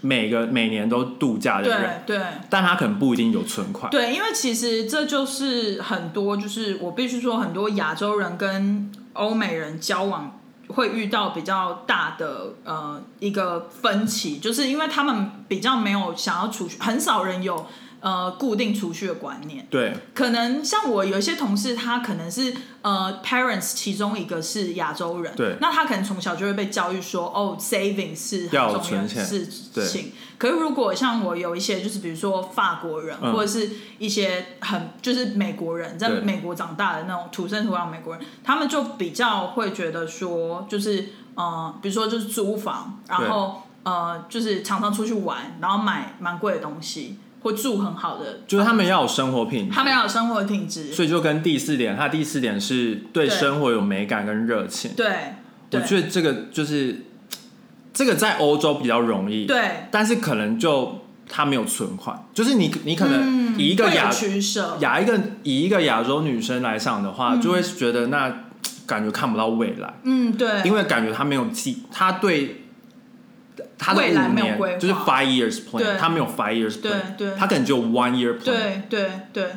每个每年都度假的人对，对。但他可能不一定有存款。对，因为其实这就是很多，就是我必须说，很多亚洲人跟欧美人交往会遇到比较大的呃一个分歧，就是因为他们比较没有想要储蓄，很少人有呃固定储蓄的观念。对，可能像我有一些同事，他可能是呃 parents 其中一个是亚洲人，对那他可能从小就会被教育说，哦，saving 是很重要要的存钱事对情。可是如果像我有一些就是比如说法国人、嗯或者是一些很就是美国人，在对美国长大的那种土生土长美国人，他们就比较会觉得说，就是呃，比如说就是租房，然后呃，就是常常出去玩，然后买蛮贵的东西，或住很好的，就是他们要有生活品质他。们要有生活品质。所以就跟第四点，他第四点是对对生活有美感跟热情。对，我对觉得这个就是这个在欧洲比较容易，，对，但是可能就他没有存款，就是你你可能嗯以一个会有亚取舍，亚一个以一个亚洲女生来想的话，就会觉得那感觉看不到未来，嗯，对，因为感觉她没有计，她对。她的未来五没有年规划就是 five years 对 plan，她没有 five years 对 plan，对她可能只有 one year plan，对对对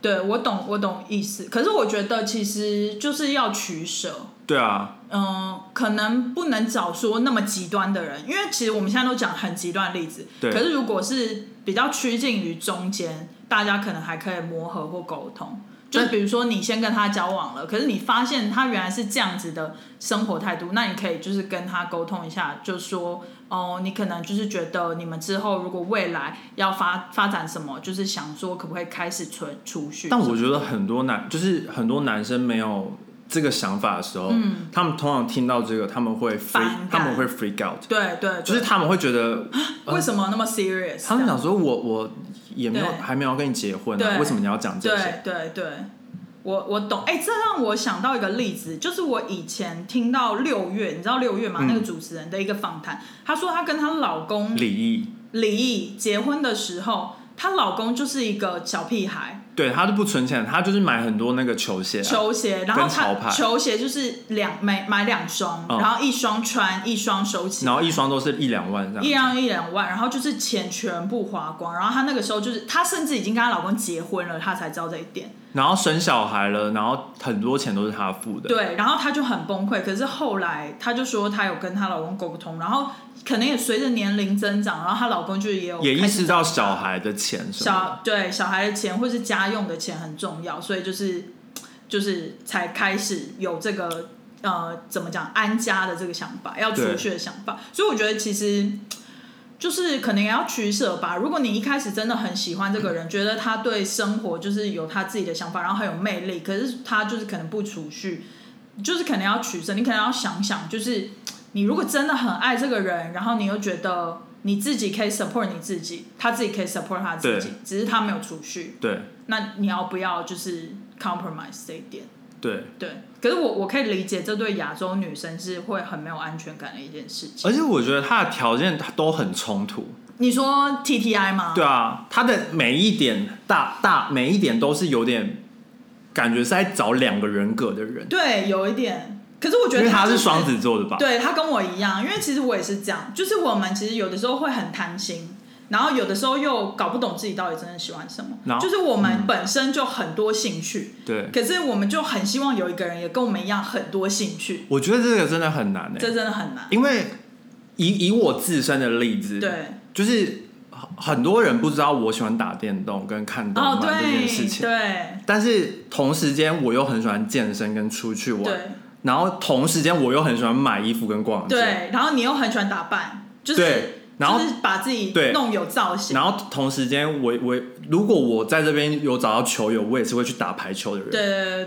对，我懂我懂意思。可是我觉得其实就是要取舍，对啊，嗯、可能不能找说那么极端的人，因为其实我们现在都讲很极端的例子，对可是如果是比较趋近于中间，大家可能还可以磨合或沟通。就但比如说，你先跟他交往了，可是你发现他原来是这样子的生活态度，那你可以就是跟他沟通一下，就说哦，你可能就是觉得你们之后如果未来要发发展什么，就是想说可不可以开始存储蓄什但么的。我觉得很多男，就是很多男生没有这个想法的时候，他们通常听到这个，他们会 freak，嗯反感他们会 freak out，对对对，就是他们会觉得，为什么那么 serious？呃他们想说我我也没有对还没有跟你结婚、啊，对为什么你要讲这些？对对对，我我懂。哎、这让我想到一个例子，就是我以前听到六月，你知道六月吗？嗯那个主持人的一个访谈，她说她跟她老公礼仪，离异结婚的时候，她老公就是一个小屁孩，对他都不存钱，他就是买很多那个球鞋、啊，球鞋，然后跟潮她牌球鞋就是两买买两双，嗯然后一双穿，一双收起来然后一双都是一两万这一样。样一两万，然后就是钱全部花光，然后她那个时候就是，她甚至已经跟她老公结婚了，她才知道这一点。然后生小孩了，然后很多钱都是他付的。对，然后她就很崩溃。可是后来她就说她有跟她老公沟通，然后可能也随着年龄增长，然后她老公就也有也开意始识到小孩的钱什么的，小对小孩的钱或是家用的钱很重要，所以就是就是才开始有这个呃怎么讲安家的这个想法，要储对蓄的想法。所以我觉得其实。就是可能也要取舍吧。如果你一开始真的很喜欢这个人，觉得他对生活就是有他自己的想法，然后很有魅力，可是他就是可能不储蓄，就是可能要取舍。你可能要想想，就是你如果真的很爱这个人，然后你又觉得你自己可以 support 你自己，他自己可以 support 他自己对，只是他没有储蓄，对那你要不要就是 compromise 这一点？对，对，可是我我可以理解，这对亚洲女生是会很没有安全感的一件事情。而且我觉得他的条件都很冲突。你说 T T I 吗？对啊，他的每一点大大每一点都是有点感觉是在找两个人格的人，对，有一点。可是我觉因得为他就是双子座的吧？对他跟我一样，因为其实我也是这样，就是我们其实有的时候会很贪心，然后有的时候又搞不懂自己到底真的喜欢什么然，后嗯就是我们本身就很多兴趣，对，可是我们就很希望有一个人也跟我们一样很多兴趣，我觉得这个真的很难诶、这真的很难。因为以以我自身的例子，，对，就是很很多人不知道我喜欢打电动跟看动哦，漫这件事对，情，对，但是同时间我又很喜欢健身跟出去玩，对，然后同时间我又很喜欢买衣服跟逛街，对，然后你又很喜欢打扮，就是对然后就是把自己对弄有造型，然后同时间我我如果我在这边有找到球友，我也是会去打排球的人，对对对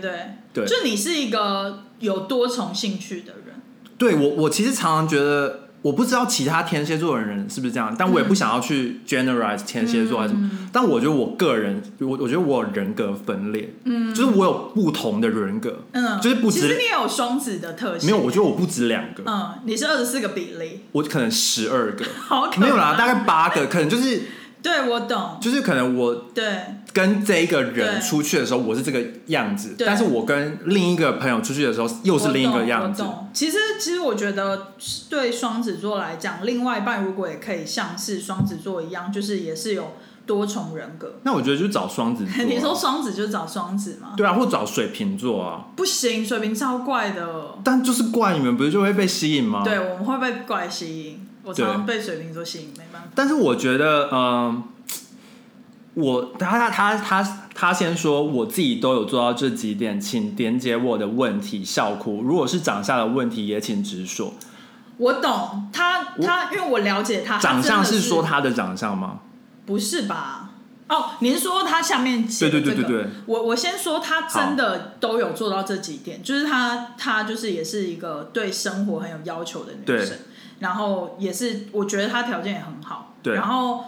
对对就你是一个有多重兴趣的人，对我，我其实常常觉得，我不知道其他天蝎座的人是不是这样，但嗯我也不想要去 generalize 天蝎座还是什么。但我觉得我个人，我我觉得我有人格分裂，嗯，就是我有不同的人格，嗯，就是不其实止你也有双子的特性，没有，我觉得我不止两个，嗯，你是二十四个比例， [LAUGHS] 我可能十二个，好可怕没有啦，大概八个，可能就是对我懂，就是可能我对跟这一个对人出去的时候，我是这个样子，对但是我跟另一个朋友出去的时候，又是另一个样子我懂。我，懂其实，其实我觉得对双子座来讲，另外一半如果也可以像是双子座一样，就是也是有多重人格。那我觉得就找双子座、[LAUGHS] 啊，你说双子就找双子吗？对啊，或找水瓶座啊。不行，水瓶超怪的。但就是怪你们，不是就会被吸引吗？对，。我们会被怪吸引。我对常常被水瓶座吸引，没办法。但是我觉得，嗯、我他他他他他先说，我自己都有做到这几点，请点解我的问题，笑哭。如果是长相的问题，也请直说。我懂他，他因为我了解啊他，他长相真的是是说他的长相吗？不是吧？哦，您说他下面写的对对对这个对对我我先说他真的都有做到这几点，就是他他就是也是一个对生活很有要求的女生对，然后也是我觉得她条件也很好，对然后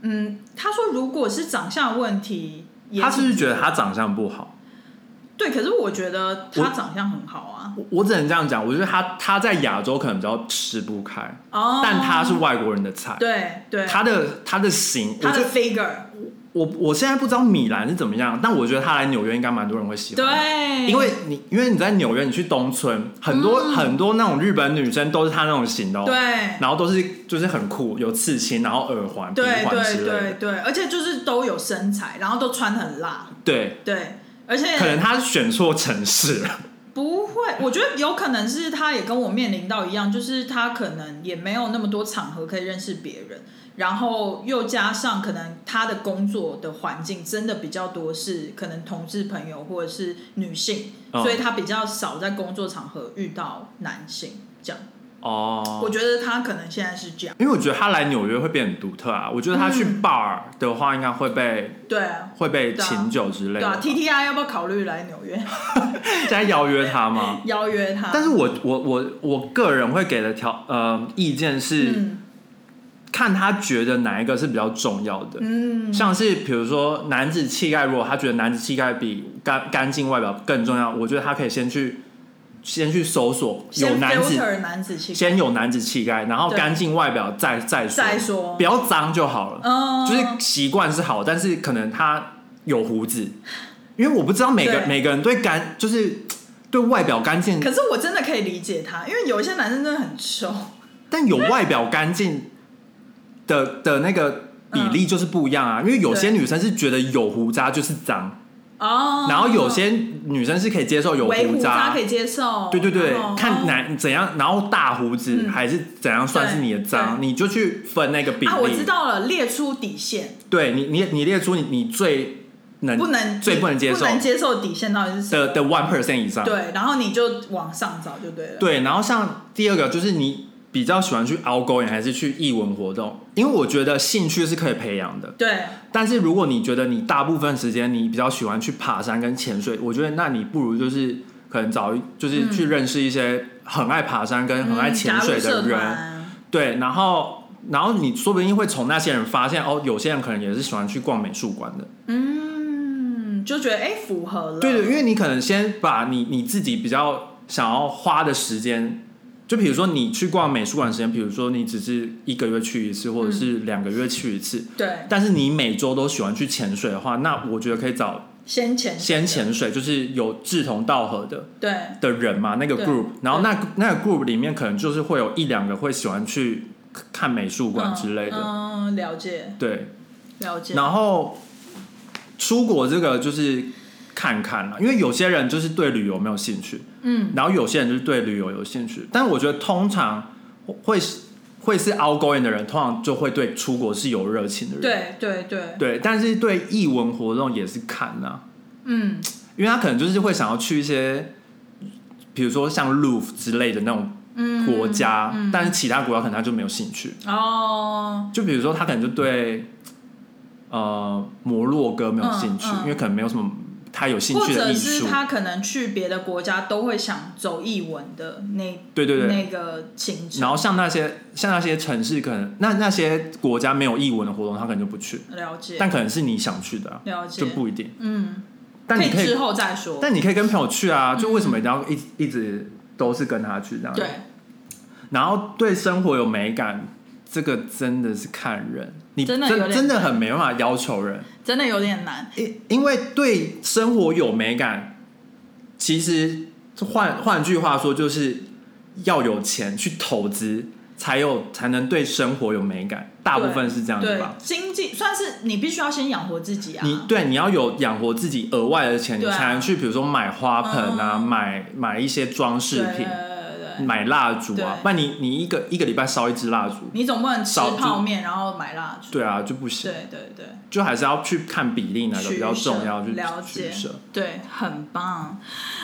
嗯，他说如果是长相的问题，也他是不是觉得他长相不好？对，可是我觉得他我长相很好啊，我我只能这样讲，我觉得他他在亚洲可能比较吃不开，哦，但他是外国人的菜。对对，他的他的型，我他觉的得 figure 我我现在不知道米兰是怎么样，但我觉得他来纽约应该蛮多人会喜欢。对，因为你因为你在纽约，你去东村，很多、很多那种日本女生都是她那种型的、哦，，嗯对。然后都是就是很酷，有刺青，然后耳环、鼻对环之对类对的，对，而且就是都有身材，然后都穿很辣，对，对，而且可能她选错城市了，不会，我觉得有可能是他也跟我面临到一样，就是他可能也没有那么多场合可以认识别人，然后又加上可能他的工作的环境真的比较多是可能同志朋友或者是女性，嗯所以他比较少在工作场合遇到男性。这样，我哦。觉得他可能现在是这样，因为我觉得她来纽约会变很独特啊，我觉得她去嗯 bar 的话，应该会被、对啊，会被请酒之对类的吧。啊，TTI 要不要考虑来纽约现在邀约 [LAUGHS] 她吗？邀约他？但是我我我我个人会给的条呃意见是，嗯看她觉得哪一个是比较重要的。嗯，像是比如说男子气概，如果他觉得男子气概比干干净外表更重要，我觉得他可以先去先去搜索有先男子， filter 男子气概先有男子气概，然后对干净外表再再说，再说不要脏就好了。嗯，就是习惯是好，但是可能他有胡子，因为我不知道每个对每个人对干就是对外表干净，可是我真的可以理解他，因为有一些男生真的很丑。但有外表干净的的那个比例就是不一样嗯啊，因为有些对女生是觉得有胡渣就是脏。哦，然后有些女生是可以接受有围胡胡渣渣可，以接受，对对对然后，哦看男怎样，然后大胡子嗯还是怎样算是你的脏，对你就去分那个比啊，我知例。道了，列出底线，对你，你你列出你你最能不能嗯最不能接受啊不能接受底线到底是什么？的的 one percent 以上。对，然后你就往上找就对了。对，然后像第二个就是你比较喜欢去 outgoing 还是去艺文活动？因为我觉得兴趣是可以培养的，对但是如果你觉得你大部分时间你比较喜欢去爬山跟潜水，我觉得那你不如就是可能找一就是去认识一些很爱爬山跟很爱潜水嗯加入的社人，团对，然后然后你说不定会从那些人发现哦，有些人可能也是喜欢去逛美术馆的，嗯，就觉得哎符合了，对对，因为你可能先把你你自己比较想要花的时间。就比如说你去逛美术馆的时间，比如说你只是一个月去一次，或者嗯是两个月去一次，对，但是你每周都喜欢去潜水的话，那我觉得可以找先前先潜水，就是有志同道合的对的人嘛，那个对 group，然后对那那个 group 里面可能就是会有一两个会喜欢去看美术馆嗯之类的。嗯，了解对，了解。然后出国这个就是看看啦，因为有些人就是对旅游没有兴趣，嗯，然后有些人就是对旅游有兴趣，但我觉得通常会是会是 outgoing 的人，通常就会对出国是有热情的人。对对对，对，但是对艺文活动也是看呐、嗯因为他可能就是会想要去一些，比如说像 Louvre 之类的那种嗯，国家，但是其他国家可能他就没有兴趣。哦，就比如说他可能就对呃摩洛哥没有兴趣，嗯嗯因为可能没有什么他有兴或趣的者艺是术。他可能去别的国家都会想走译文的那对对对。那个行程，然后像那些像那些城市，可能那那些国家没有艺文的活动，他可能就不去。了解但可能是你想去的啊、了解就，不一定。嗯，但你可之以，后再说，但你可以跟朋友去啊。就为什么一定要一一直都是跟他去这样？对。然后对生活有美感，这个真的是看人，你真的有真点真的很没办法要求人。真的有点难，因因为对生活有美感，其实换换句话说，就是要有钱去投资，才有才能对生活有美感。大部分是这样子对吧？，经济算是你必须要先养活自己啊，你对你要有养活自己额外的钱，你对啊才能去比如说买花盆啊，嗯买买一些装饰对对品，对对，买蜡烛啊对。不然你你一个一个礼拜烧一支蜡烛，你总不能吃少泡面然后买蜡烛，对啊就不行，对对对。就还是要去看比例哪个比较取舍重要，去了取解舍。对，很棒。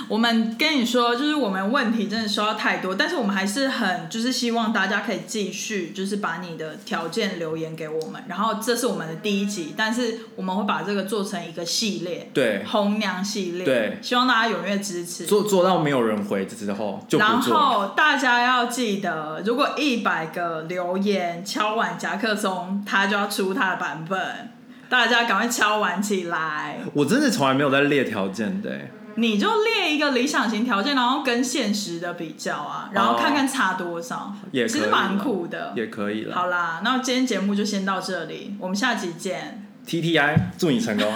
我们跟你说，就是我们问题真的收到太多，但是我们还是很就是希望大家可以继续就是把你的条件留言给我们，然后这是我们的第一集，但是我们会把这个做成一个系列，对，红娘系列，对希望大家踊跃支持。做做到没有人回之后就不然做了。后大家要记得，如果一百个留言敲完夹克松，他就要出他的版本，大家赶快敲完起来。我真的从来没有在列条件的、欸，你就列一个理想型条件，然后跟现实的比较啊，然后看看差多少，也其可实以蛮啦酷的。也可以了。好啦，那今天节目就先到这里，我们下集见。 T T I，祝你 [LAUGHS] 成功。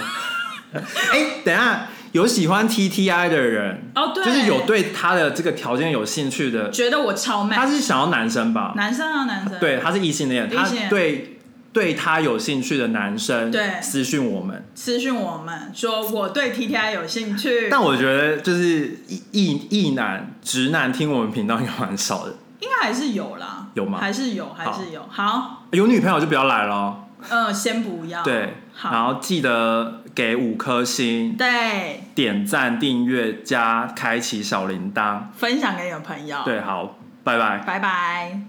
哎、等一下，有喜欢 T T I 的人，哦，对，就是有对他的这个条件有兴趣的，觉得我超他 man，是想要男生吧？男生啊男生，，对，他是异性恋，他异性恋对对他有兴趣的男生，对私讯我们。私讯我们说我对 TTI 有兴趣，但我觉得就是异异异男直男听我们频道应该蛮少的，应该还是有啦，有吗还是有，还是有。好，有女朋友就不要来咯。嗯，先不要，对，然好，后记得给五颗星，对，点赞、订阅加开启小铃铛。分享给你的朋友，对，好，拜拜。拜拜。